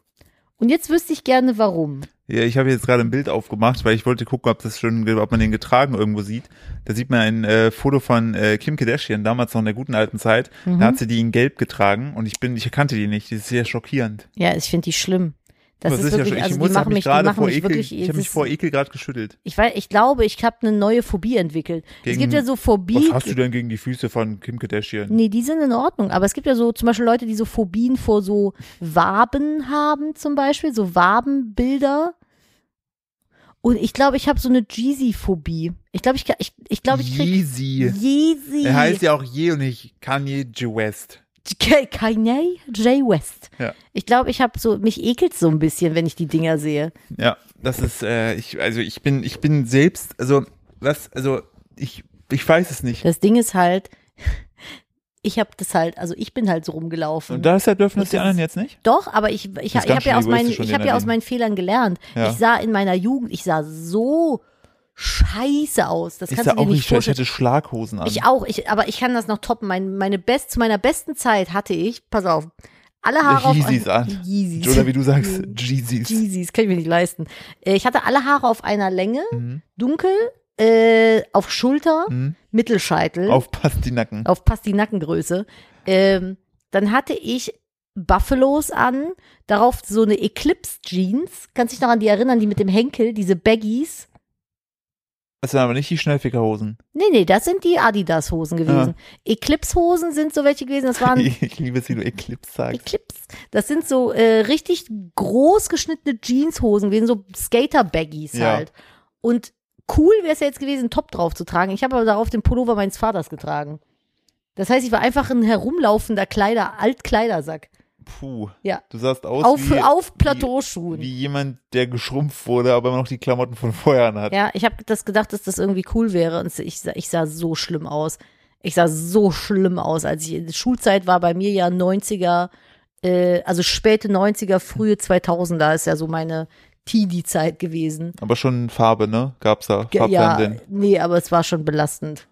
B: Und jetzt wüsste ich gerne, warum.
A: Ja, ich habe jetzt gerade ein Bild aufgemacht, weil ich wollte gucken, ob das schon, ob man den getragen irgendwo sieht. Da sieht man ein äh, Foto von äh, Kim Kardashian, damals noch in der guten alten Zeit.
B: Mhm.
A: Da hat sie die in gelb getragen und ich bin, ich kannte die nicht. Das ist sehr schockierend.
B: Ja, ich finde die schlimm. Das
A: Das
B: ist,
A: ja
B: wirklich,
A: schon- ich
B: also
A: muss
B: die
A: hab
B: machen
A: mich
B: mich, die
A: gerade
B: machen
A: vor
B: mich
A: Ekel,
B: wirklich,
A: ich habe mich
B: das-
A: vor Ekel gerade geschüttelt.
B: ich, weiß, ich glaube, ich habe eine neue Phobie entwickelt. es
A: Gegen-
B: gibt ja so Phobie.
A: Was hast du denn gegen die Füße von Kim Kardashian?
B: Nee, die sind in Ordnung. Aber es gibt ja so zum Beispiel Leute, die so Phobien vor so Waben haben, zum Beispiel, so Wabenbilder. Und ich glaube, ich habe so eine Jeezy-Phobie. Ich glaube, ich, ka- ich, ich, glaube, ich krieg
A: Yeezy.
B: Jeezy.
A: Er heißt ja auch Ye und nicht Kanye West.
B: K- Kanye J. West.
A: Ja.
B: Ich glaube, ich habe so, mich ekelt so ein bisschen, wenn ich die Dinger sehe.
A: Ja, das ist, äh, ich, also ich bin, ich bin selbst, also was, also ich, ich weiß es nicht.
B: Das Ding ist halt, ich habe das halt, also ich bin halt so rumgelaufen.
A: Und deshalb dürfen das die
B: das-
A: anderen jetzt nicht?
B: Doch, aber ich, ich, ich
A: Das ist ganz
B: habe ja,
A: schön
B: aus meinen,
A: egoistisch von
B: ich
A: dir,
B: hab ja aus
A: Nadine.
B: meinen Fehlern gelernt.
A: Ja.
B: Ich sah in meiner Jugend, ich sah so scheiße aus. Das
A: Ich
B: kannst du
A: sah
B: dir
A: auch
B: nicht
A: nicht, schlecht, ich
B: vorstellen.
A: hätte Schlaghosen an.
B: Ich auch, ich, aber ich kann das noch toppen. Mein, meine Best, zu meiner besten Zeit hatte ich, pass auf, alle Haare
A: Yeezys
B: auf.
A: an.
B: Yeezys.
A: Oder wie du sagst,
B: Nee.
A: Jeezys.
B: Yeezys, kann ich mir nicht leisten. Äh, Ich hatte alle Haare auf einer Länge,
A: Mhm.
B: dunkel, äh, auf Schulter, Mittelscheitel,
A: Aufpasst Mhm. die Nacken.
B: Hm? auf passt die Nackengröße. Ähm, dann hatte ich Buffalos an, darauf so eine Eclipse-Jeans. Kannst dich noch an die erinnern, die mit dem Henkel, diese Baggies?
A: Das sind aber nicht die Schnellfickerhosen.
B: Nee, nee, das sind die Adidas-Hosen gewesen. Eclipse-Hosen sind so welche gewesen, das waren
A: Ich liebe es, wie du Eclipse sagst.
B: Eclipse. Das sind so äh, richtig groß geschnittene Jeanshosen gewesen, so Skater-Baggies
A: Ja.
B: halt. Und cool wäre es ja jetzt gewesen, einen Top drauf zu tragen. Ich habe aber darauf den Pullover meines Vaters getragen. Das heißt, ich war einfach ein herumlaufender Kleider, Altkleidersack.
A: Puh.
B: Ja.
A: Du sahst aus
B: Auf,
A: wie,
B: auf
A: wie,
B: Plateauschuhen.
A: wie jemand, der geschrumpft wurde, aber immer noch die Klamotten von vorher anhat.
B: Ja, ich habe das gedacht, dass das irgendwie cool wäre. Und ich, sah- ich sah so schlimm aus. Ich sah so schlimm aus. Als ich in der Schulzeit war bei mir ja 90er, äh, also späte 90er, frühe 2000er ist ja so meine Teenie-Zeit gewesen.
A: Aber schon Farbe, ne? Gab's da.
B: Ge- Ja,
A: Farbfernsehen.
B: nee, aber es war schon belastend.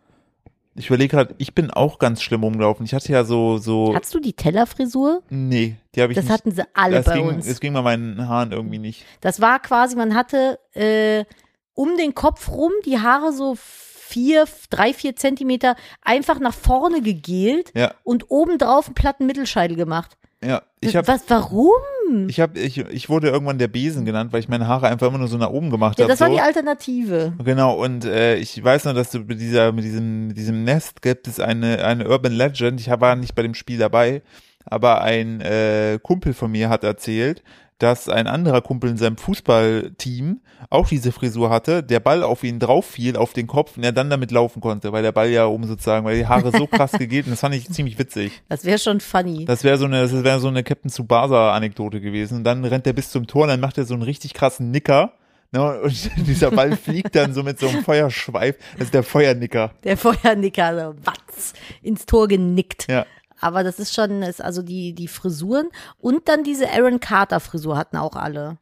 A: Ich überlege gerade, ich bin auch ganz schlimm rumgelaufen. Ich hatte ja so, so.
B: Hattest du die Tellerfrisur?
A: nee, die habe ich
B: Das
A: nicht.
B: hatten sie alle
A: das
B: bei
A: ging,
B: uns.
A: Es ging bei meinen Haaren irgendwie nicht.
B: Das war quasi, man hatte äh, um den Kopf rum die Haare so vier, drei, vier Zentimeter einfach nach vorne gegelt
A: Ja,
B: und obendrauf einen platten Mittelscheitel gemacht.
A: ja. Ich habe,
B: Was, warum?
A: ich habe, ich, ich wurde irgendwann der Besen genannt, weil ich meine Haare einfach immer nur so nach oben gemacht
B: Ja,
A: habe.
B: das war
A: so.
B: die Alternative.
A: Genau, und äh, ich weiß noch, dass du mit dieser, mit diesem, mit diesem Nest gibt es eine, eine Urban Legend. Ich war nicht bei dem Spiel dabei, aber ein äh, Kumpel von mir hat erzählt, dass ein anderer Kumpel in seinem Fußballteam auch diese Frisur hatte, der Ball auf ihn drauf fiel, auf den Kopf und er dann damit laufen konnte, weil der Ball ja oben sozusagen, weil die Haare so krass gegelt und das fand ich ziemlich witzig.
B: Das wäre schon funny.
A: Das wäre so eine, das wäre so eine Captain Tsubasa-Anekdote gewesen. Und dann rennt er bis zum Tor, und dann macht er so einen richtig krassen Nicker. Ne, und dieser Ball fliegt dann so mit so einem Feuerschweif. Das ist der Feuernicker.
B: Der Feuernicker, so, was? Ins Tor genickt.
A: Ja.
B: Aber das ist schon, ist also die, die Frisuren und dann diese Aaron Carter Frisur hatten auch alle.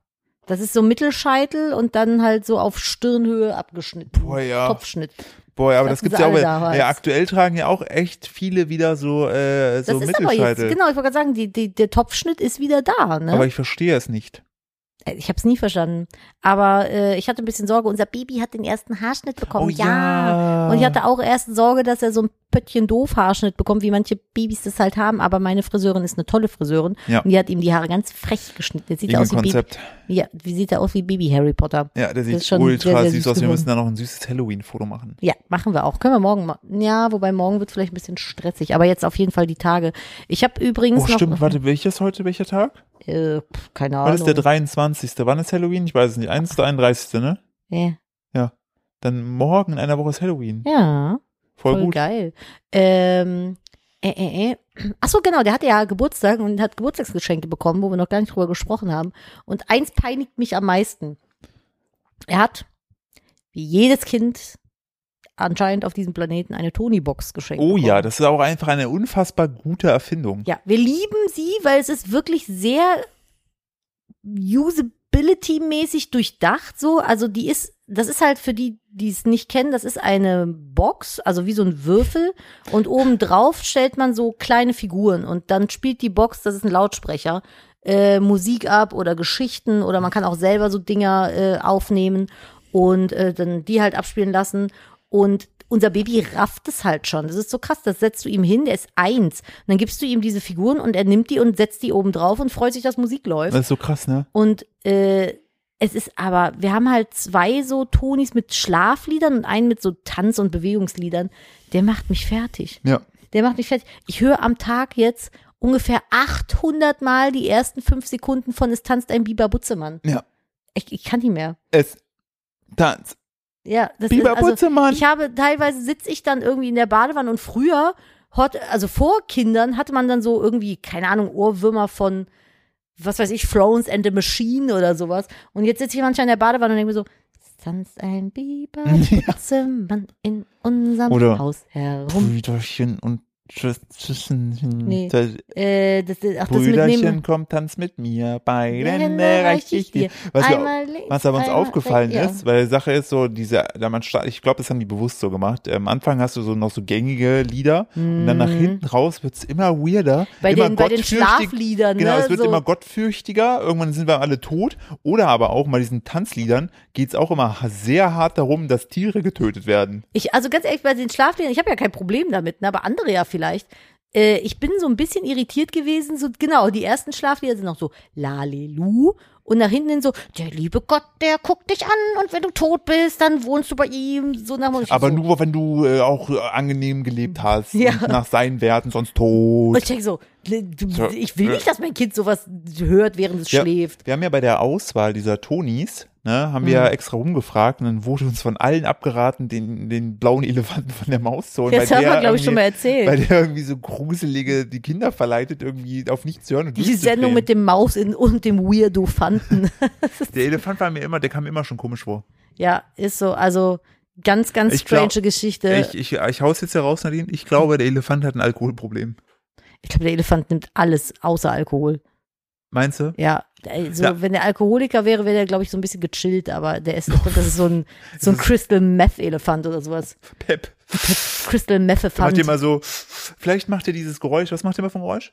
B: Das ist so Mittelscheitel und dann halt so auf Stirnhöhe abgeschnitten.
A: Boah, ja.
B: Kopfschnitt.
A: Boah, aber das
B: hatten
A: gibt's
B: sie
A: ja auch.
B: alle
A: bei-
B: damals.
A: Ja, aktuell tragen ja auch echt viele wieder so, äh,
B: Das
A: so
B: ist aber jetzt,
A: Mittelscheitel.
B: genau, ich wollte gerade sagen, die, die, der Topfschnitt ist wieder da. Ne?
A: Aber ich verstehe es nicht.
B: Äh, Ich habe es nie verstanden. Aber äh, ich hatte ein bisschen Sorge. Unser Baby hat den ersten Haarschnitt bekommen.
A: Oh ja.
B: Und ich hatte auch erst Sorge, dass er so ein Pöttchen doof Haarschnitt bekommt, wie manche Babys das halt haben. Aber meine Friseurin ist eine tolle Friseurin.
A: Ja.
B: Und die hat ihm die Haare ganz frech geschnitten. Jetzt sieht er
A: Irgendein
B: aus wie Baby.
A: Konzept.
B: Ja, wie sieht er aus wie Baby Harry Potter?
A: Ja, der
B: Das ist
A: sieht
B: schon
A: ultra
B: sehr, sehr
A: süß
B: süß
A: aus. Wir
B: geworden.
A: müssen da noch ein süßes Halloween-Foto machen.
B: Ja, machen wir auch. Können wir morgen machen. Ja, wobei morgen wird vielleicht ein bisschen stressig. Aber jetzt auf jeden Fall die Tage. Ich habe übrigens
A: Oh,
B: noch
A: stimmt. Warte, welches heute, welcher Tag?
B: äh, pf, keine Ahnung.
A: Wann ist der 23.? Wann ist Halloween? Ich weiß es nicht. 1. 31. ne?
B: Ja.
A: Dann morgen in einer Woche ist Halloween.
B: ja.
A: Voll, gut.
B: geil. Ähm, äh, äh, äh. Ach so, genau, der hatte ja Geburtstag und hat Geburtstagsgeschenke bekommen, wo wir noch gar nicht drüber gesprochen haben. Und eins peinigt mich am meisten. Er hat, wie jedes Kind, anscheinend auf diesem Planeten eine Tony-Box geschenkt.
A: Oh ja,
B: bekommen.
A: das ist auch einfach eine unfassbar gute Erfindung.
B: Ja, wir lieben sie, weil es ist wirklich sehr usability-mäßig durchdacht so. Also die ist, das ist halt für die, die es nicht kennen, das ist eine Box, also wie so ein Würfel und oben drauf stellt man so kleine Figuren und dann spielt die Box, das ist ein Lautsprecher, äh, Musik ab oder Geschichten oder man kann auch selber so Dinger äh, aufnehmen und äh, dann die halt abspielen lassen und unser Baby rafft es halt schon. Das ist so krass. Das setzt du ihm hin, der ist eins. Und dann gibst du ihm diese Figuren und er nimmt die und setzt die oben drauf und freut sich, dass Musik läuft.
A: Das ist so krass, ne?
B: Und äh, es ist aber, wir haben halt zwei so Tonis mit Schlafliedern und einen mit so Tanz- und Bewegungsliedern. Der macht mich fertig.
A: Ja.
B: Der macht mich fertig. Ich höre am Tag jetzt ungefähr 800 Mal die ersten fünf Sekunden von Es tanzt ein Biber Butzemann.
A: Ja.
B: Ich, ich kann nicht mehr.
A: Es tanzt.
B: Ja, das
A: Biber
B: ist, also,
A: Butzemann.
B: ich habe teilweise sitze ich dann irgendwie in der Badewanne und früher, hat, also vor Kindern hatte man dann so irgendwie, keine Ahnung, Ohrwürmer von, was weiß ich, Thrones and the Machine oder sowas. Und jetzt sitze ich manchmal in der Badewanne und denke mir so, "Es tanzt ein Biber, Butzemann in unserem
A: Oder-
B: Haus herum.
A: Brüderchen und Schwesterchen.
B: Nee.
A: Das-
B: Äh, das, ach, das mit
A: Brüderchen,
B: dem,
A: komm, tanz mit mir. Beide
B: Hände
A: Hände reich ich dir. Was, wir-
B: Einmal links,
A: was aber uns
B: einmal
A: aufgefallen
B: rechts, ja.
A: ist, weil die Sache ist so, diese, da man sta- ich glaube, das haben die bewusst so gemacht. Ähm, Am Anfang hast du so noch so gängige Lieder und dann nach hinten raus wird's immer weirder.
B: Mhm. Bei
A: immer
B: den- bei den
A: gottfürchtig-
B: Schlafliedern,
A: Genau,
B: ne,
A: es wird
B: so.
A: immer gottfürchtiger. Irgendwann sind wir alle tot. Oder aber auch bei diesen Tanzliedern geht's auch immer sehr hart darum, dass Tiere getötet werden.
B: Ich, also ganz ehrlich, bei den Schlafliedern, ich habe ja kein Problem damit, ne, aber andere ja vielleicht. Äh, ich bin so ein bisschen irritiert gewesen. So, genau, die ersten Schlaflieder sind noch so Lalelu und nach hinten hin so, der liebe Gott, der guckt dich an und wenn du tot bist, dann wohnst du bei ihm. So nach dem Motto.
A: Aber
B: so.
A: nur, wenn du äh, auch äh, angenehm gelebt hast
B: Ja.
A: und nach seinen Werten, sonst tot.
B: Und ich denke so, ne,
A: So,
B: ich will nicht, dass mein Kind sowas hört, während es schläft. Mhm.
A: Wir haben ja bei der Auswahl dieser Tonis, ne, haben wir ja extra rumgefragt und dann wurde uns von allen abgeraten, den, den blauen Elefanten von der Maus zu holen.
B: Das
A: weil
B: haben
A: der
B: wir, glaube ich, schon mal
A: irgendwie-
B: erzählt.
A: Weil der irgendwie so gruselige, die Kinder verleitet, irgendwie auf nichts zu hören und
B: Die Sendung mit dem Maus in, und dem Weirdo-Fanten.
A: Der Elefant war mir immer, der kam mir immer schon komisch vor.
B: ja, ist so. Also ganz, ganz
A: Ich
B: strange
A: glaub,
B: Geschichte.
A: ich, ich, ich hau's jetzt heraus, Nadine. Ich glaube, der Elefant hat ein Alkoholproblem.
B: Ich glaube, der Elefant nimmt alles außer Alkohol.
A: Meinst du?
B: Ja, also
A: Ja.
B: wenn der Alkoholiker wäre, wäre der, glaube ich, so ein bisschen gechillt, aber der ist, ich glaub, das ist so ein, so ein Crystal Meth Elefant oder sowas.
A: Pep.
B: Crystal
A: Macht
B: Meth
A: ihr
B: Elefant.
A: mal so, vielleicht macht ihr dieses Geräusch, was macht ihr mal vom Geräusch?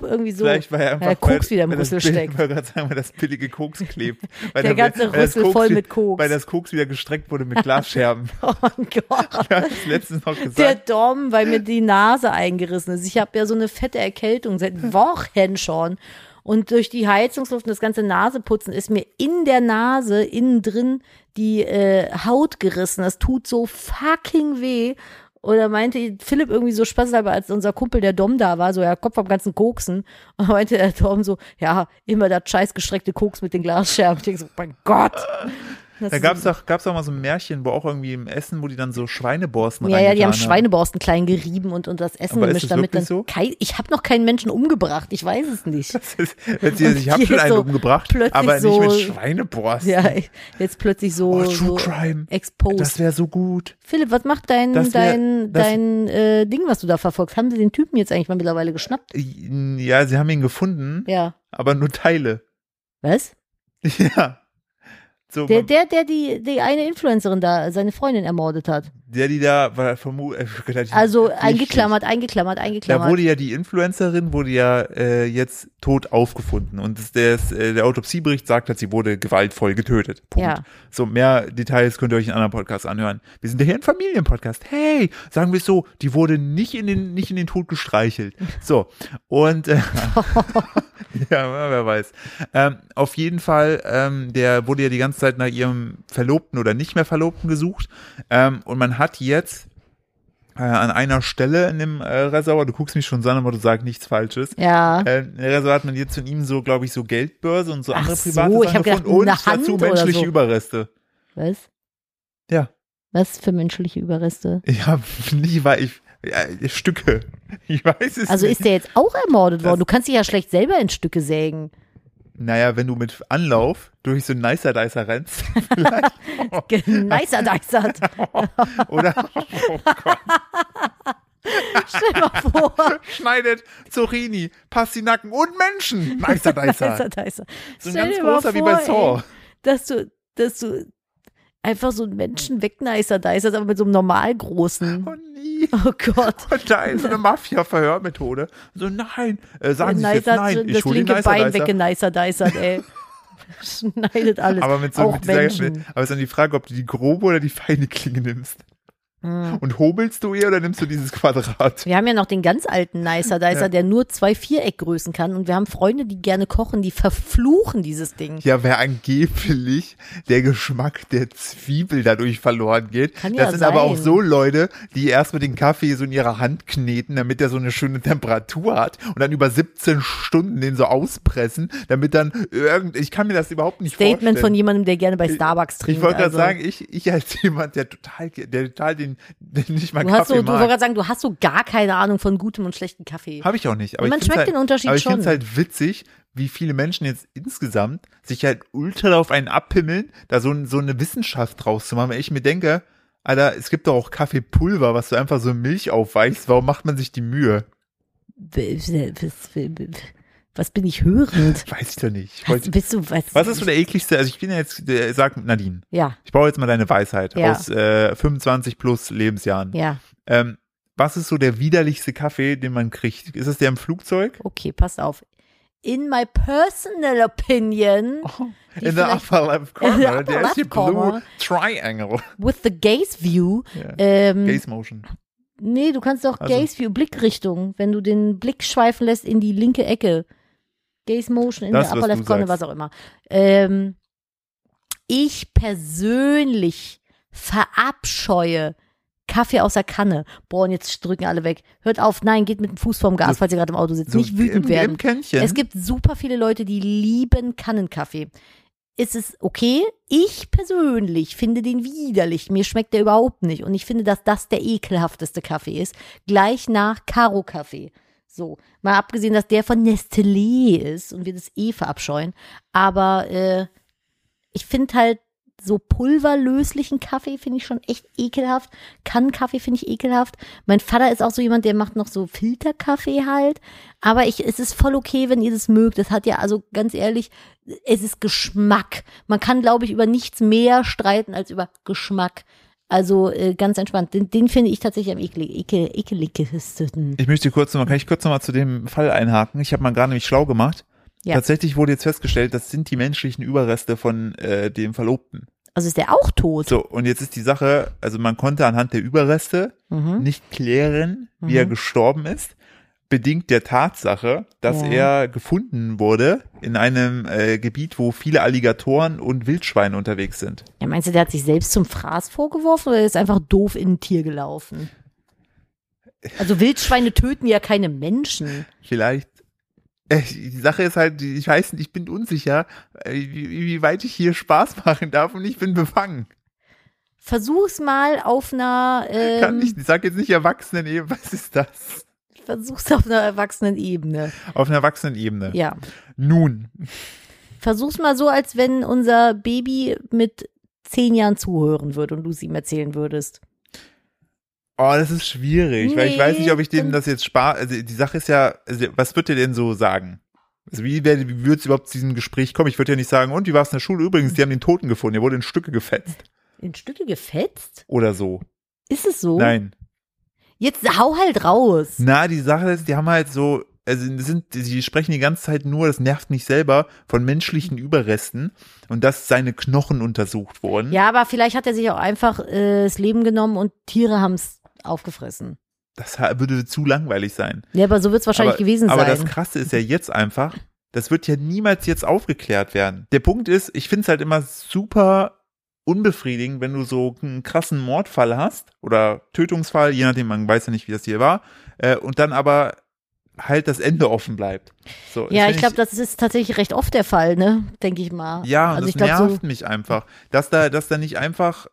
B: Irgendwie so.
A: Vielleicht war er einfach.
B: Weil der Koks
A: weil-
B: wieder im
A: weil das
B: Rüssel
A: Bill-
B: steckt.
A: Ich wollte gerade sagen, weil das billige Koks klebt. Weil
B: Der
A: dann-
B: ganze
A: weil das
B: Rüssel voll
A: wieder-
B: mit Koks.
A: Weil das Koks wieder gestreckt wurde mit Glasscherben.
B: Oh mein Gott.
A: Wir haben das letztens noch
B: Der
A: gesagt.
B: Dom, weil mir die Nase eingerissen ist. Ich habe ja so eine fette Erkältung
A: Hm.
B: seit Wochen schon. Und durch die Heizungsluft und das ganze Naseputzen ist mir in der Nase innen drin die äh, Haut gerissen. Das tut so fucking weh. Oder meinte Philipp irgendwie so spaßhalber, als unser Kumpel der Dom da war, so ja, Kopf am ganzen Koksen. Und meinte der Dom so, ja, immer das scheiß gestreckte Koks mit den Glasscherben. Ich denke so, mein Gott. Das
A: Äh. Da
B: ist-
A: gab es doch, gab's doch mal so ein Märchen, wo auch irgendwie im Essen, wo die dann so Schweineborsten
B: Ja, ja, die haben
A: reingetan
B: Schweineborsten klein gerieben und, und das Essen
A: Aber ist
B: gemischt,
A: es
B: damit dann.
A: wirklich so?
B: Kein, ich habe noch keinen Menschen umgebracht, ich weiß es nicht.
A: Wenn sie- Ich habe
B: die
A: schon einen
B: so
A: umgebracht,
B: plötzlich
A: aber
B: so-
A: nicht mit Schweineborsten.
B: ja, jetzt plötzlich so,
A: Oh,
B: so
A: True Crime. Das
B: exposed.
A: wäre so gut.
B: Philipp, was macht dein,
A: Das wär-
B: dein,
A: das-
B: dein äh, Ding, was du da verfolgst? Haben sie den Typen jetzt eigentlich mal mittlerweile geschnappt?
A: Ja, sie haben ihn gefunden,
B: Ja.
A: aber nur Teile.
B: Was?
A: Ja. So,
B: Der,
A: man-
B: der, der die, die eine Influencerin da, seine Freundin ermordet hat.
A: der, die da war äh, vermutlich.
B: Also eingeklammert, eingeklammert, eingeklammert.
A: Da wurde ja die Influencerin wurde ja äh, jetzt tot aufgefunden und das, das, äh, der Autopsiebericht sagt halt, sie wurde gewaltvoll getötet. Punkt.
B: Ja.
A: So mehr Details könnt ihr euch in anderen Podcasts anhören. Wir sind ja hier ein Familienpodcast. Hey, sagen wir es so, die wurde nicht in den nicht in den Tod gestreichelt. So und äh, ja, wer weiß. Ähm, auf jeden Fall, ähm, der wurde ja die ganze Zeit nach ihrem Verlobten oder nicht mehr Verlobten gesucht ähm, und man hat jetzt äh, an einer Stelle in dem äh, Reservoir, du guckst mich schon so an, aber du sagst nichts Falsches.
B: ja.
A: Äh, in der Reservoir hat man jetzt von ihm so, glaube ich, so Geldbörse und so
B: Ach
A: andere
B: so,
A: private
B: ich
A: Sachen
B: hab
A: gefunden und
B: gedacht, eine
A: dazu
B: Hand oder
A: menschliche
B: so.
A: Überreste.
B: Was?
A: Ja.
B: Was für menschliche Überreste?
A: Ich habe nie, weil ich, ja, Stücke. Ich weiß es
B: Also
A: nicht.
B: ist der jetzt auch ermordet
A: Das-
B: worden? Du kannst dich ja schlecht selber in Stücke sägen.
A: naja, wenn du mit Anlauf durch so einen Nicer Dicer rennst. Oh.
B: Nicer Dicert.
A: Oder oh Gott,
B: Stell dir mal vor.
A: schneidet Zorini, Pastinaken und Menschen. Nicer Dicer.
B: Nicer Dicer.
A: So ein
B: Stell
A: ganz
B: dir mal
A: großer wie bei Saw.
B: vor, Ey, dass du, dass du einfach so einen Menschen wegnicer Dicert, aber mit so einem normal großen.
A: Oh nie.
B: Oh Gott.
A: Und da ist so eine Mafia-Verhörmethode. So, nein, äh, sagen Sie jetzt
B: Nicer-
A: nein. Ich
B: das
A: hole den
B: linke
A: Nicer
B: Bein
A: Dicer.
B: weggenicert, dicert, ey. Schneidet alles.
A: Aber mit so
B: auch
A: mit dieser,
B: Menschen.
A: aber ist dann die Frage, ob du die grobe oder die feine Klinge nimmst.
B: Hm.
A: Und hobelst du ihr oder nimmst du dieses Quadrat?
B: Wir haben ja noch den ganz alten Nicer Dicer, der nur zwei Viereckgrößen kann. Und wir haben Freunde, die gerne kochen, die verfluchen dieses Ding.
A: Ja, wer angeblich der Geschmack der Zwiebel dadurch verloren geht.
B: Kann
A: das
B: ja
A: sind aber auch
B: sein.
A: so Leute, die erstmal den Kaffee so in ihrer Hand kneten, damit er so eine schöne Temperatur hat und dann über 17 Stunden den so auspressen, damit dann irgend, ich kann mir das überhaupt nicht
B: Statement von
A: vorstellen.
B: jemandem, der gerne bei Starbucks trinkt.
A: ich wollte gerade
B: also.
A: sagen, ich, ich als jemand, der total, der total den, den nicht mal
B: Du hast so,
A: Kaffee
B: du
A: mag.
B: wollte gerade sagen, du hast so gar keine Ahnung von gutem und schlechtem Kaffee.
A: Habe ich auch nicht. Aber
B: Man
A: ich find's
B: schmeckt
A: halt,
B: den Unterschied
A: aber ich find's
B: schon.
A: halt witzig, wie viele Menschen jetzt insgesamt sich halt ultra auf einen abpimmeln, da so, ein- so eine Wissenschaft draus zu machen. Weil ich mir denke, Alter, es gibt doch auch Kaffeepulver, was du einfach so in Milch aufweichst. Warum macht man sich die Mühe?
B: Was bin ich hörend?
A: Weiß ich doch nicht. Ich
B: Was,
A: wollte-
B: bist du, was,
A: Was ist so der ekligste? Also ich bin ja jetzt, äh, sag Nadine,
B: Ja,
A: ich brauche jetzt mal deine Weisheit
B: Ja.
A: aus äh, 25 plus Lebensjahren.
B: ja,
A: Ähm, was ist so der widerlichste Kaffee, den man kriegt? Ist es der im Flugzeug?
B: okay, passt auf. In my personal opinion,
A: Oh.
B: Die
A: In the
B: vielleicht-
A: upper left
B: Oh. In the
A: corner,
B: upper
A: der ist hier
B: left corner.
A: blue triangle.
B: with the gaze view,
A: Ja.
B: ähm,
A: Gaze Motion.
B: Nee, du kannst doch
A: Also-
B: Gaze View, Blickrichtung, wenn du den Blick schweifen lässt in die linke Ecke. Gaze Motion in
A: Das,
B: der
A: was
B: Upper
A: du
B: Left Corner,
A: sagst.
B: was auch immer. Ähm, ich persönlich verabscheue Kaffee aus der Kanne. Boah, und jetzt drücken alle weg. Hört auf, nein, geht mit dem Fuß vorm Gas,
A: So-
B: falls ihr gerade im Auto sitzt. Nicht wütend
A: im,
B: werden.
A: Im Kännchen.
B: Es gibt super viele Leute, die lieben Kannenkaffee. Ist es okay? Ich persönlich finde den widerlich. Mir schmeckt der überhaupt nicht. Und ich finde, dass das der ekelhafteste Kaffee ist. Gleich nach Karo-Kaffee. So, mal abgesehen, dass der von Nestlé ist und wir das eh verabscheuen. Aber äh, ich finde halt so pulverlöslichen Kaffee finde ich schon echt ekelhaft. Kannenkaffee finde ich ekelhaft. Mein Vater ist auch so jemand, der macht noch so Filterkaffee halt. Aber ich, es ist voll okay, wenn ihr das mögt. Das hat ja, also ganz ehrlich, es ist Geschmack. Man kann, glaube ich, über nichts mehr streiten als über Geschmack. Also äh, ganz entspannt. Den, den finde ich tatsächlich am eklig, ekel, ekeligsten.
A: ich möchte kurz nochmal, kann ich kurz nochmal zu dem Fall einhaken? Ich habe mal gerade nämlich schlau gemacht.
B: Ja.
A: Tatsächlich wurde jetzt festgestellt, das sind die menschlichen Überreste von äh, dem Verlobten.
B: Also ist der auch tot.
A: So, und jetzt ist die Sache, also man konnte anhand der Überreste
B: Mhm.
A: nicht klären, wie
B: Mhm.
A: er gestorben ist, bedingt der Tatsache, dass
B: Ja.
A: er gefunden wurde in einem äh, Gebiet, wo viele Alligatoren und Wildschweine unterwegs sind.
B: Ja, meinst du, der hat sich selbst zum Fraß vorgeworfen oder ist einfach doof in ein Tier gelaufen? Also Wildschweine töten ja keine Menschen.
A: Vielleicht. Äh, Die Sache ist halt, die- ich weiß nicht, ich bin unsicher, äh, wie, wie weit ich hier Spaß machen darf und ich bin befangen.
B: Versuch's mal auf einer,
A: Kann
B: ähm,
A: nicht, ich sag jetzt nicht Erwachsenen eben, was ist das?
B: versuch's auf einer Erwachsenenebene.
A: Auf einer Erwachsenenebene.
B: Ja.
A: Nun,
B: Versuch's mal so, als wenn unser Baby mit zehn Jahren zuhören würde und du es ihm erzählen würdest.
A: oh, das ist schwierig, weil ich
B: Nee,
A: weiß nicht, ob ich dem
B: dann-
A: das jetzt spare. Also die Sache ist ja, also, was wird dir denn so sagen? Also wie, wär- wie würd's überhaupt zu diesem Gespräch kommen? Ich würde ja nicht sagen, und wie war's in der Schule? Übrigens, die haben den Toten gefunden, der wurde in Stücke gefetzt
B: In Stücke gefetzt?
A: oder so.
B: Ist es so?
A: Nein.
B: Jetzt hau halt raus.
A: Na, die Sache ist, die haben halt so, also das sind, sie sprechen die ganze Zeit nur, das nervt mich selber, von menschlichen Überresten und dass seine Knochen untersucht wurden.
B: Ja, aber vielleicht hat er sich auch einfach äh, das Leben genommen und Tiere haben's aufgefressen.
A: Das ha- würde zu langweilig sein.
B: Ja, aber so wird's wahrscheinlich
A: aber,
B: gewesen
A: aber das
B: sein.
A: Krasse ist ja jetzt einfach, das wird ja niemals jetzt aufgeklärt werden. Der Punkt ist, ich finde es halt immer super unbefriedigend, wenn du so einen krassen Mordfall hast oder Tötungsfall, je nachdem, man weiß ja nicht, wie das hier war, äh, und dann aber halt das Ende offen bleibt. So, das
B: ja,
A: find
B: ich glaube, das ist tatsächlich recht oft der Fall, ne? Denke ich mal.
A: Ja, und
B: also
A: das
B: ich glaube so.
A: nervt mich einfach, dass da, dass da nicht einfach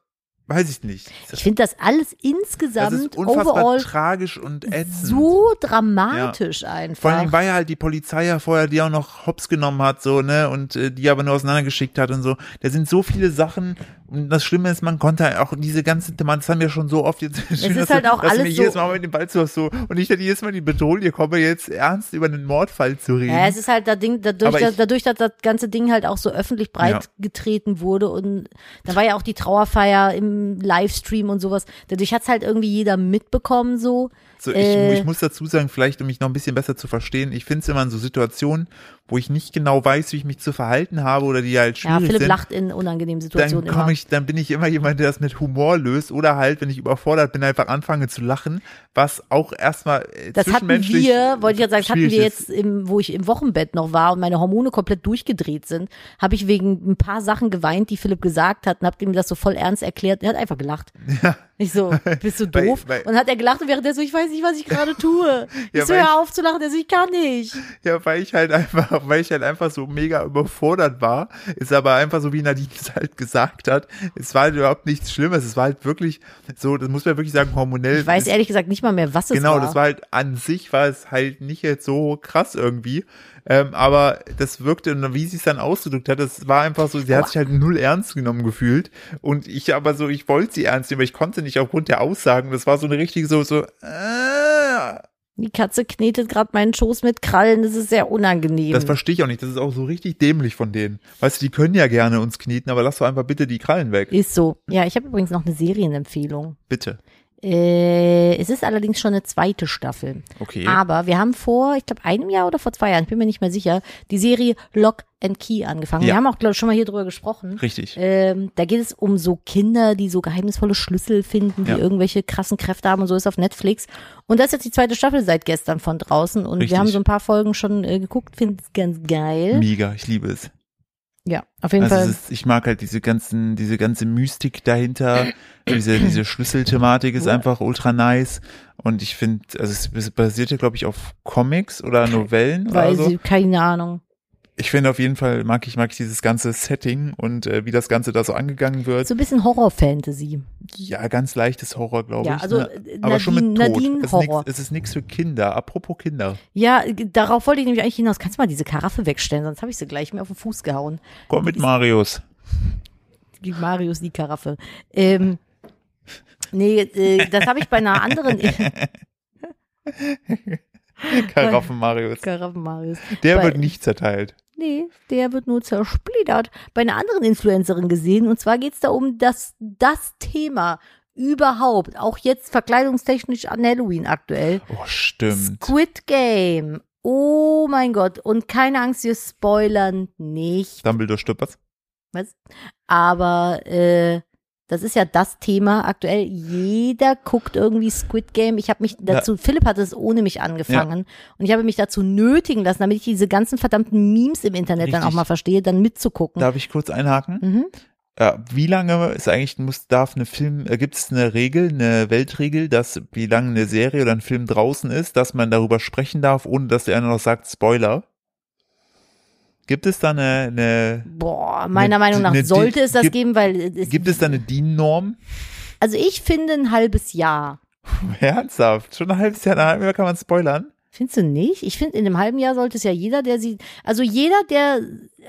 A: weiß ich nicht.
B: Ich finde das alles
A: Das
B: insgesamt
A: ist unfassbar
B: overall
A: tragisch und ätzend.
B: so dramatisch einfach.
A: Vor allem, weil halt die Polizei ja vorher die auch noch hops genommen hat, so, ne, und äh, die aber nur auseinandergeschickt hat und so. Da sind so viele Sachen. Und das Schlimme ist, man konnte halt auch diese ganze Thematik, das haben wir schon so oft jetzt. Schön,
B: ist
A: dass
B: halt
A: du,
B: auch
A: dass du
B: alles
A: mir jedes
B: so-
A: Mal mit dem Ball zuhörst, so. Und ich hätte jedes Mal die Betonung, hier komme jetzt ernst über einen Mordfall zu reden.
B: Ja, es ist halt da Ding, dadurch,
A: Aber
B: dass,
A: ich-
B: dadurch, dass das ganze Ding halt auch so öffentlich breit
A: Ja.
B: getreten wurde und da war ja auch die Trauerfeier im Livestream und sowas. Dadurch hat's halt irgendwie jeder mitbekommen so.
A: So, ich,
B: Äh,
A: ich muss dazu sagen, vielleicht um mich noch ein bisschen besser zu verstehen, ich finde es immer in so Situationen, wo ich nicht genau weiß, wie ich mich zu verhalten habe oder die halt
B: ja,
A: schwierig
B: Philipp
A: sind.
B: lacht in unangenehmen
A: dann
B: Situationen
A: komme
B: immer.
A: ich, dann bin ich immer jemand, der das mit Humor löst oder halt, wenn ich überfordert bin, einfach anfange zu lachen, was auch erstmal äh,
B: das hatten
A: zwischenmenschlich
B: wir, wollte ich gerade sagen, das hatten
A: schwierig
B: wir
A: ist.
B: jetzt, im, wo ich im Wochenbett noch war und meine Hormone komplett durchgedreht sind, habe ich wegen ein paar Sachen geweint, die Philipp gesagt hat und habe ihm das so voll ernst erklärt. Er hat einfach gelacht. Ja. Ich so, bist du
A: Weil-
B: doof?
A: weil-
B: und hat er gelacht und während er so, ich weiß nicht, was ich gerade tue.
A: Ja,
B: ich so,
A: weil ich-
B: hör auf zu lachen, er so, ich kann nicht.
A: Ja, weil ich halt einfach, weil ich halt einfach so mega überfordert war, ist aber einfach so, wie Nadine es halt gesagt hat, es war halt überhaupt nichts Schlimmes, es war halt wirklich so, das muss man wirklich sagen, hormonell.
B: Ich weiß
A: ist-
B: ehrlich gesagt nicht mal mehr, was es
A: Genau,
B: war.
A: das war halt an sich war es halt nicht jetzt so krass irgendwie, ähm, aber das wirkte und wie sie es dann ausgedrückt hat, das war einfach so, sie hat sich halt null ernst genommen gefühlt und ich aber so, ich wollte sie ernst nehmen, aber ich konnte nicht aufgrund der Aussagen, das war so eine richtige so so äh,
B: Die Katze knetet gerade meinen Schoß mit Krallen, das ist sehr unangenehm.
A: das verstehe ich auch nicht, das ist auch so richtig dämlich von denen. Weißt du, die können ja gerne uns kneten, aber lass doch einfach bitte die Krallen weg,
B: ist so. Ja, ich habe übrigens noch eine Serienempfehlung.
A: bitte.
B: Äh, es ist allerdings schon eine zweite Staffel.
A: Okay.
B: Aber wir haben vor, ich glaube, einem Jahr oder vor zwei Jahren, ich bin mir nicht mehr sicher, die Serie Lock and Key angefangen. Wir
A: Ja.
B: haben auch, glaube ich, schon mal hier drüber gesprochen.
A: Richtig.
B: Ähm, da geht es um so Kinder, die so geheimnisvolle Schlüssel finden, die
A: Ja.
B: irgendwelche krassen Kräfte haben und so ist auf Netflix. Und das ist jetzt die zweite Staffel seit gestern von draußen und
A: Richtig.
B: wir haben so ein paar Folgen schon äh, geguckt, finde es ganz geil.
A: Mega, ich liebe es.
B: Ja, auf jeden
A: Also
B: Fall.
A: es ist, ich mag halt diese ganzen, diese ganze Mystik dahinter, diese, diese Schlüsselthematik ist einfach ultra nice. Und ich finde, also es- es basiert ja, glaube ich, auf Comics oder Novellen oder
B: Weil
A: so.
B: sie, keine Ahnung.
A: Ich finde auf jeden Fall mag ich, mag ich dieses ganze Setting und äh, wie das Ganze da so angegangen wird.
B: So ein bisschen Horror-Fantasy.
A: Ja, ganz leichtes Horror, glaube
B: Ja,
A: ich.
B: also,
A: ne?
B: äh,
A: Aber schon mit Tod.
B: Nadine-
A: es, ist
B: Nadine
A: nix,
B: Horror.
A: es ist nichts für Kinder. Apropos Kinder.
B: Ja, äh, darauf wollte ich nämlich eigentlich hinaus. Kannst du mal diese Karaffe wegstellen, sonst habe ich sie gleich mir auf den Fuß gehauen.
A: Komm mit Marius.
B: Die Marius, die Karaffe. Ähm, nee, äh, das habe ich bei einer anderen
A: Karaffen Marius.
B: Karaffe Marius.
A: Der
B: bei,
A: wird nicht zerteilt.
B: Nee, der wird nur zersplittert. Bei einer anderen Influencerin gesehen. Und zwar geht's da um das, das Thema überhaupt. Auch jetzt verkleidungstechnisch an Halloween aktuell.
A: Oh, stimmt.
B: Squid Game. Oh mein Gott. Und keine Angst, wir spoilern nicht.
A: Dumbledore stirbt was?
B: Aber äh, das ist ja das Thema aktuell. Jeder guckt irgendwie Squid Game. Ich habe mich dazu, Philipp hat es ohne mich angefangen. Und ich habe mich dazu nötigen lassen, damit ich diese ganzen verdammten Memes im Internet dann auch
A: Richtig.
B: mal verstehe, dann mitzugucken.
A: Darf ich kurz einhaken?
B: mhm.
A: Ja, wie lange ist eigentlich, muss, darf eine Film, äh, gibt es eine Regel, eine Weltregel, dass wie lange eine Serie oder ein Film draußen ist, dass man darüber sprechen darf, ohne dass der eine noch sagt, Spoiler? Gibt es da eine, eine
B: Boah, meiner
A: Eine-
B: Meinung nach
A: eine Di-
B: sollte es das
A: ne, gibt-
B: geben, weil es,
A: gibt es da eine DIN-Norm?
B: also ich finde ein halbes Jahr.
A: Ernsthaft? Schon ein halbes Jahr, ein halbes Jahr kann man spoilern?
B: Findest du nicht? Ich finde, in einem halben Jahr sollte es ja jeder, der sie, also jeder, der,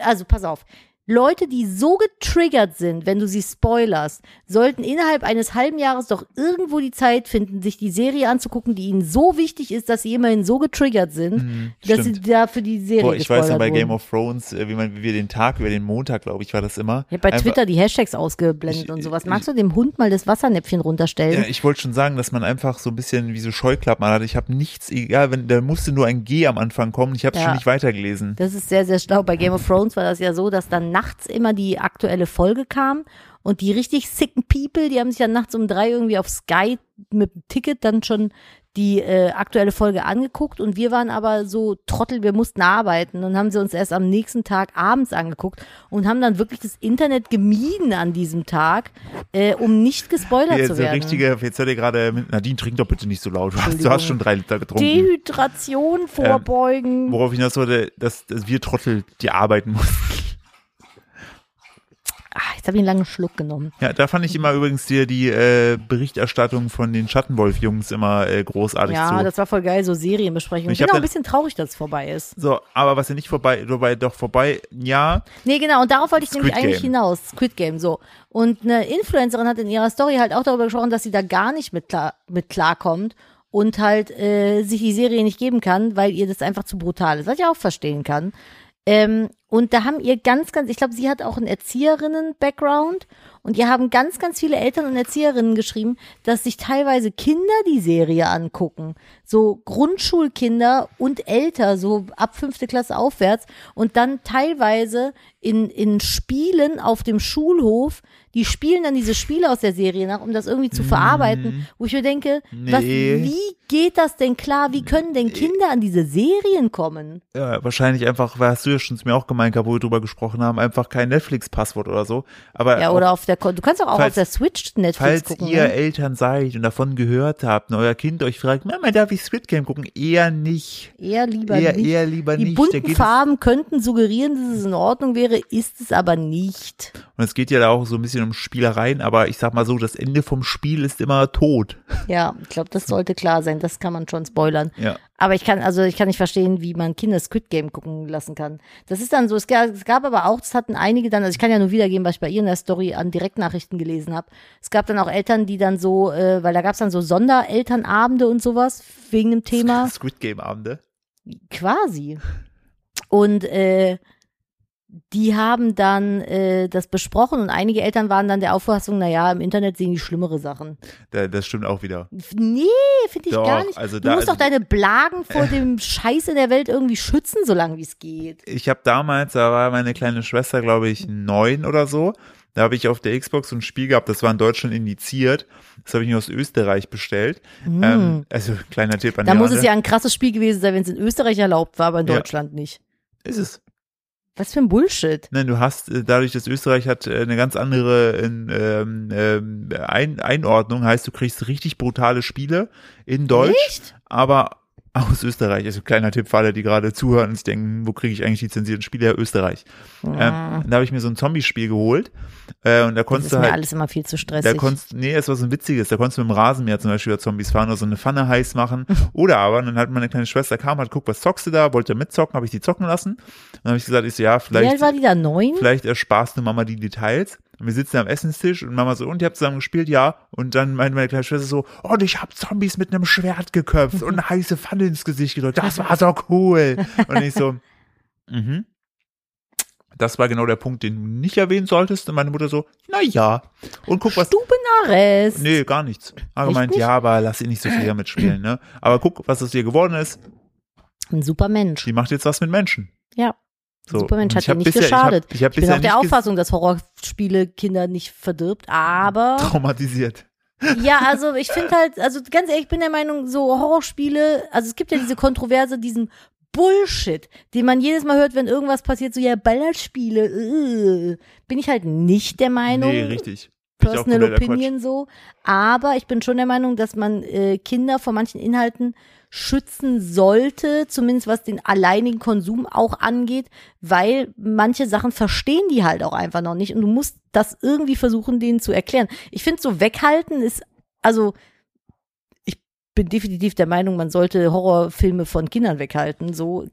B: also pass auf, Leute, die so getriggert sind, wenn du sie spoilerst, sollten innerhalb eines halben Jahres doch irgendwo die Zeit finden, sich die Serie anzugucken, die ihnen so wichtig ist, dass sie immerhin so getriggert sind,
A: Hm,
B: dass sie
A: stimmt.
B: da für die Serie
A: Boah, ich weiß noch
B: gespoilert
A: bei Game
B: wurden.
A: of Thrones, äh, wie, man, wie wir den Tag über den Montag, glaube ich, war das immer.
B: ich habe bei
A: Einfach-
B: Twitter die Hashtags ausgeblendet
A: Ich- äh,
B: und sowas.
A: ich-
B: Magst du dem Hund mal das Wassernäpfchen runterstellen?
A: Ja, ich wollte schon sagen, dass man einfach so ein bisschen wie so Scheuklappen hat. Ich habe nichts, egal, wenn da musste nur ein G am Anfang kommen. Ich habe es
B: Ja.
A: schon nicht weitergelesen.
B: Das ist sehr, sehr schlau. Bei Game of Thrones war das ja so, dass dann nachts immer die aktuelle Folge kam und die richtig sicken People, die haben sich dann nachts um drei irgendwie auf Sky mit dem Ticket dann schon die äh, aktuelle Folge angeguckt und wir waren aber so Trottel, wir mussten arbeiten und haben sie uns erst am nächsten Tag abends angeguckt und haben dann wirklich das Internet gemieden an diesem Tag, äh, um nicht gespoilert
A: Jetzt
B: zu
A: so
B: werden.
A: richtige, jetzt hört ihr gerade, mit- Nadine, trink doch bitte nicht so laut. Du hast, du hast schon drei Liter getrunken. Ähm,
B: Dehydration vorbeugen.
A: Worauf ich hinaus wollte, dass, dass wir Trottel, die arbeiten mussten.
B: Ah, jetzt Jetzt habe ich einen langen Schluck genommen.
A: Ja, da fand ich immer übrigens dir die äh, Berichterstattung von den Schattenwolf-Jungs immer äh, großartig
B: Ja,
A: zu.
B: das war voll geil, so Serienbesprechung. Ich
A: Ich
B: bin
A: hab
B: auch ein
A: dann-
B: bisschen traurig, dass es vorbei ist.
A: so, aber was ja nicht vorbei, wobei doch vorbei, ja,
B: Nee, genau, und darauf wollte ich nämlich
A: Squid
B: eigentlich
A: Game.
B: hinaus. Squid Game, so. Und eine Influencerin hat in ihrer Story halt auch darüber gesprochen, dass sie da gar nicht mit, klar, mit klarkommt und halt äh, sich die Serie nicht geben kann, weil ihr das einfach zu brutal ist, was ich auch verstehen kann. Ähm, und da haben ihr ganz, ganz, ich glaube, sie hat auch einen Erzieherinnen-Background und ihr haben ganz, ganz viele Eltern und Erzieherinnen geschrieben, dass sich teilweise Kinder die Serie angucken. So Grundschulkinder und älter, so ab fünfte Klasse aufwärts und dann teilweise in, in Spielen auf dem Schulhof, die spielen dann diese Spiele aus der Serie nach, um das irgendwie zu verarbeiten, wo ich mir denke, was,
A: Mhm. Nee.
B: wie geht das denn klar? Wie können denn Kinder an diese Serien kommen?
A: ja, äh, wahrscheinlich einfach, weil hast du ja schon zu mir auch gemeint, gehabt, wo wir drüber gesprochen haben, einfach kein Netflix-Passwort oder so. Aber
B: Ja, oder auf der, Kon- du kannst auch, auf
A: Äh, Falls-
B: der Switch Netflix
A: Falls
B: gucken.
A: ihr
B: ne?
A: Eltern seid und davon gehört habt und euer Kind euch fragt, Mama, darf ich Squid Game gucken? Eher nicht.
B: Eher lieber
A: eher,
B: nicht.
A: eher lieber
B: die
A: nicht. Da
B: bunten
A: geht es-
B: Farben könnten suggerieren, dass es in Ordnung wäre, ist es aber nicht.
A: und es geht ja da auch so ein bisschen um Spielereien, aber ich sag mal so, das Ende vom Spiel ist immer tot.
B: Ja, ich glaube, das sollte klar sein. Das kann man schon spoilern.
A: Ja.
B: Aber ich kann, also ich kann nicht verstehen, wie man Kinder Squid Game gucken lassen kann. Das ist dann so, es gab, es gab aber auch, das hatten einige dann, also ich kann ja nur wiedergeben, was ich bei ihr in der Story an Direktnachrichten gelesen habe. Es gab dann auch Eltern, die dann so, äh, weil da gab es dann so Sonderelternabende und sowas wegen dem Thema.
A: Squid Game Abende.
B: Quasi. Und äh, die haben dann äh, das besprochen und einige Eltern waren dann der Auffassung, naja, im Internet sehen die schlimmere Sachen.
A: Da, das stimmt auch wieder.
B: F- Nee, finde ich
A: Doch,
B: gar nicht.
A: also
B: du
A: da-
B: musst doch
A: also-
B: deine Blagen vor dem Scheiß in der Welt irgendwie schützen, solange wie es geht.
A: Ich habe damals, da war meine kleine Schwester, glaube ich, neun oder so. Da habe ich auf der Xbox so ein Spiel gehabt, das war in Deutschland indiziert. Das habe ich mir aus Österreich bestellt. Ähm, also kleiner Tipp an
B: Hm. Da
A: die
B: muss es ja ein krasses Spiel gewesen sein, wenn es in Österreich erlaubt war, aber in
A: Ja.
B: Deutschland nicht.
A: ist es.
B: Was für ein Bullshit.
A: Nein, du hast äh, dadurch, dass Österreich hat äh, eine ganz andere in, ähm, ähm, ein Einordnung, heißt du kriegst richtig brutale Spiele in Deutsch, aber aus Österreich. Also kleiner Tipp für alle, die gerade zuhören und sich denken, wo kriege ich eigentlich die zensierten Spiele? Ja, Österreich. Ähm, da habe ich mir so ein Zombie-Spiel geholt äh, und da
B: Ah. Das
A: konntest
B: ist
A: du
B: mir
A: halt
B: alles immer viel zu
A: da
B: stressig.
A: konntest, nee, es war so ein witziges, da konntest du mit dem Rasenmäher zum Beispiel über Zombies fahren oder so eine Pfanne heiß machen. Oder aber, dann hat meine kleine Schwester kam, hat guckt, was zockst du da, wollte mitzocken, habe ich die zocken lassen. Dann habe ich gesagt, ich so, ja,
B: Wie
A: vielleicht,
B: alt war die da? Neun?
A: vielleicht ersparst du Mama die Details. Und wir sitzen am Essenstisch und Mama so, und ihr habt zusammen gespielt, ja. Und dann meinte meine kleine Schwester so, und ich hab Zombies mit einem Schwert geköpft und eine heiße Pfanne ins Gesicht gedrückt. Das war so cool. Und ich so, mhm. Das war genau der Punkt, den du nicht erwähnen solltest. Und meine Mutter so, na ja. Und guck, was
B: Stubenares.
A: Nee, gar nichts. Hat
B: Echt
A: gemeint,
B: nicht?
A: ja, aber lass ihn nicht so viel damit spielen, ne? Aber guck, was aus dir geworden ist.
B: Ein super Mensch.
A: Die macht jetzt was mit Menschen.
B: Ja.
A: So.
B: Supermensch
A: Und
B: hat
A: ich hab
B: dir nicht
A: bisher- ich hab-
B: geschadet.
A: Ich habe
B: Ich bin
A: bisher
B: auch der
A: nicht ges-
B: Auffassung, dass Horrorspiele Kinder nicht verdirbt, aber
A: traumatisiert.
B: ja, also ich finde halt, also ganz ehrlich, ich bin der Meinung, so Horrorspiele, also es gibt ja diese Kontroverse, diesen Bullshit, den man jedes Mal hört, wenn irgendwas passiert, so ja, Ballerspiele, äh, bin ich halt nicht der Meinung.
A: Nee, richtig. Bin ich auch
B: Personal
A: kompletter Quatsch.
B: Opinion so. Aber ich bin schon der Meinung, dass man äh, Kinder vor manchen Inhalten schützen sollte, zumindest was den alleinigen Konsum auch angeht, weil manche Sachen verstehen die halt auch einfach noch nicht und du musst das irgendwie versuchen, denen zu erklären. Ich finde, so weghalten ist, also ich bin definitiv der Meinung, man sollte Horrorfilme von Kindern weghalten, so.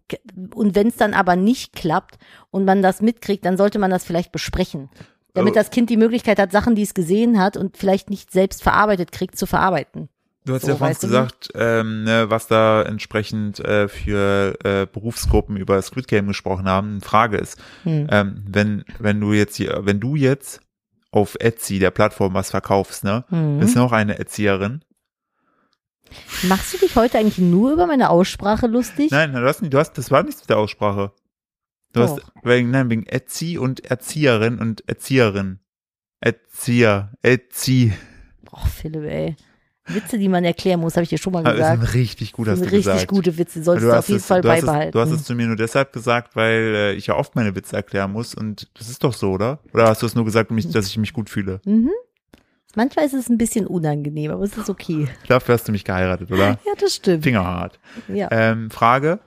B: Und wenn es dann aber nicht klappt und man das mitkriegt, dann sollte man das vielleicht besprechen. Damit
A: Oh.
B: das Kind die Möglichkeit hat, Sachen, die es gesehen hat und vielleicht nicht selbst verarbeitet kriegt, zu verarbeiten.
A: Du hast
B: So,
A: ja vorhin
B: weißt du?
A: gesagt, ähm, ne, was da entsprechend äh, für äh, Berufsgruppen über Squid Game gesprochen haben, eine Frage ist.
B: Hm.
A: Ähm, wenn, wenn du jetzt hier, wenn du jetzt auf Etsy, der Plattform, was verkaufst, ne?
B: Mhm.
A: Bist noch eine Erzieherin?
B: Machst du dich heute eigentlich nur über meine Aussprache lustig?
A: Nein, du hast, du hast, das war nichts mit der Aussprache. Du hast,
B: Doch.
A: wegen, nein, wegen Etsy und Erzieherin und Erzieherin. Erzieher, Etsy.
B: Oh, Philipp, ey. Witze, die man erklären muss, habe ich dir schon mal
A: Das Ah, ist ein
B: gesagt.
A: richtig gut,
B: Das
A: hast
B: sind
A: du
B: richtig
A: gesagt.
B: gute Witze,
A: Weil
B: die solltest du auf
A: hast
B: jeden
A: es-
B: Fall
A: du hast es-
B: beibehalten.
A: Du hast es zu mir nur deshalb gesagt, weil äh, ich ja oft meine Witze erklären muss und das ist doch so, oder? Oder hast du es nur gesagt, um mich, dass ich mich gut fühle?
B: mhm. Manchmal ist es ein bisschen unangenehm, aber es ist okay.
A: Dafür hast du mich geheiratet, oder?
B: Ja, Mhm. das stimmt.
A: Fingerhart.
B: Ja.
A: Ähm, Frage,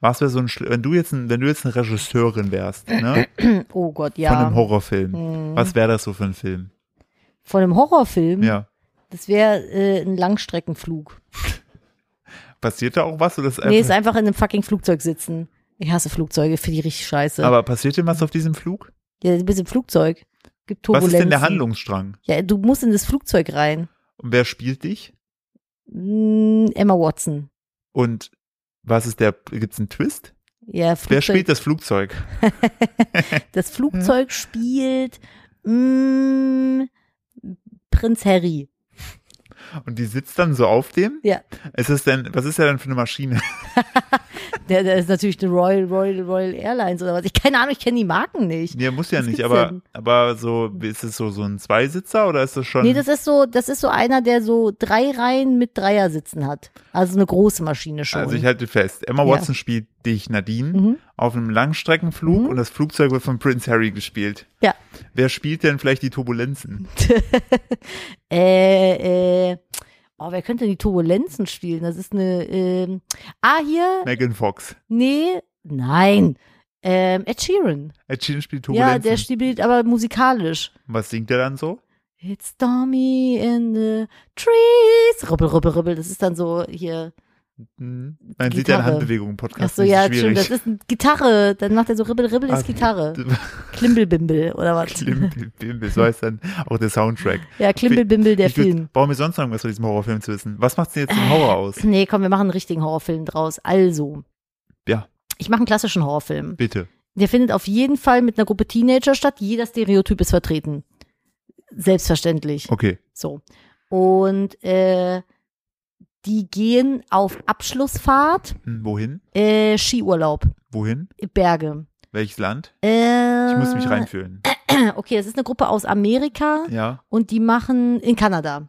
A: Was wäre so ein, schl- wenn du jetzt, ein, wenn du jetzt eine Regisseurin wärst, ne?
B: Oh Gott,
A: Von
B: ja. Mhm.
A: einem Horrorfilm. Was wäre das so für ein Film?
B: Von einem Horrorfilm?
A: Ja.
B: Das wäre äh, ein Langstreckenflug.
A: Passiert da auch was oder ist einfach,
B: Nee, ist einfach in einem fucking Flugzeug sitzen. Ich hasse Flugzeuge, finde ich richtig scheiße.
A: aber passiert denn was auf diesem Flug?
B: ja, du bist im Flugzeug. Gibt
A: Was
B: Turbulenzen.
A: ist denn der Handlungsstrang?
B: Ja, du musst in das Flugzeug rein.
A: Und wer spielt dich?
B: Mm, Emma Watson.
A: Und was ist der, gibt's einen Twist?
B: Ja,
A: Wer
B: Flugzeug,
A: spielt Hm? das Flugzeug?
B: das Flugzeug spielt mm, Prinz Harry.
A: Und die sitzt dann so auf dem?
B: Ja,
A: Ist es denn, was ist ja dann für eine Maschine?
B: der, der ist natürlich eine Royal, Royal, Royal Airlines oder was. Ich keine Ahnung, ich kenne die Marken nicht.
A: Nee, muss ja
B: Was
A: nicht,
B: gibt's
A: aber,
B: denn?
A: aber so, ist es so, so ein Zweisitzer oder ist das schon?
B: Nee, das ist so, das ist so einer, der so drei Reihen mit Dreiersitzen hat. Also eine große Maschine schon.
A: Also ich halte fest, Emma
B: Ja.
A: Watson spielt dich, Nadine,
B: Mhm.
A: auf einem Langstreckenflug und das Flugzeug wird von Prince Harry gespielt.
B: ja.
A: Wer spielt denn vielleicht die Turbulenzen?
B: Äh, äh, oh, wer könnte die Turbulenzen spielen? Das ist eine, ähm, ah, hier,
A: Megan Fox.
B: nee, nein, ähm, Ed Sheeran.
A: Ed Sheeran spielt
B: Ja,
A: Turbulenzen.
B: der spielt aber musikalisch.
A: Was singt er dann so?
B: It's stormy in the trees. Rubbel, rubbel, rubbel. Das ist dann so hier.
A: Hm. Man sieht ja eine
B: Gitarre.
A: Handbewegung im Podcast.
B: Ach so,
A: nicht
B: ja,
A: schwierig.
B: stimmt. Das ist eine Gitarre. Dann macht er so Ribbel, Ribbel
A: Ah,
B: ist Gitarre. Klimbelbimbel oder was?
A: Klimbim, so heißt dann auch der Soundtrack.
B: ja, Klimbelbimbel, der
A: Ich würd-
B: Film.
A: Brauchen wir sonst noch irgendwas von diesem Horrorfilm zu wissen? Was macht's denn jetzt zum Horror aus?
B: Nee, komm, wir machen einen richtigen Horrorfilm draus. Also,
A: Ja,
B: ich mache einen klassischen Horrorfilm.
A: bitte.
B: Der findet auf jeden Fall mit einer Gruppe Teenager statt. Jeder Stereotyp ist vertreten. Selbstverständlich.
A: Okay.
B: So. Und äh, die gehen auf Abschlussfahrt,
A: Hm, Wohin?
B: äh, Skiurlaub,
A: Wohin?
B: Berge.
A: Welches Land?
B: Äh, ah,
A: Ich muss mich reinfühlen.
B: Okay, das ist eine Gruppe aus Amerika
A: Ja.
B: und die machen in Kanada.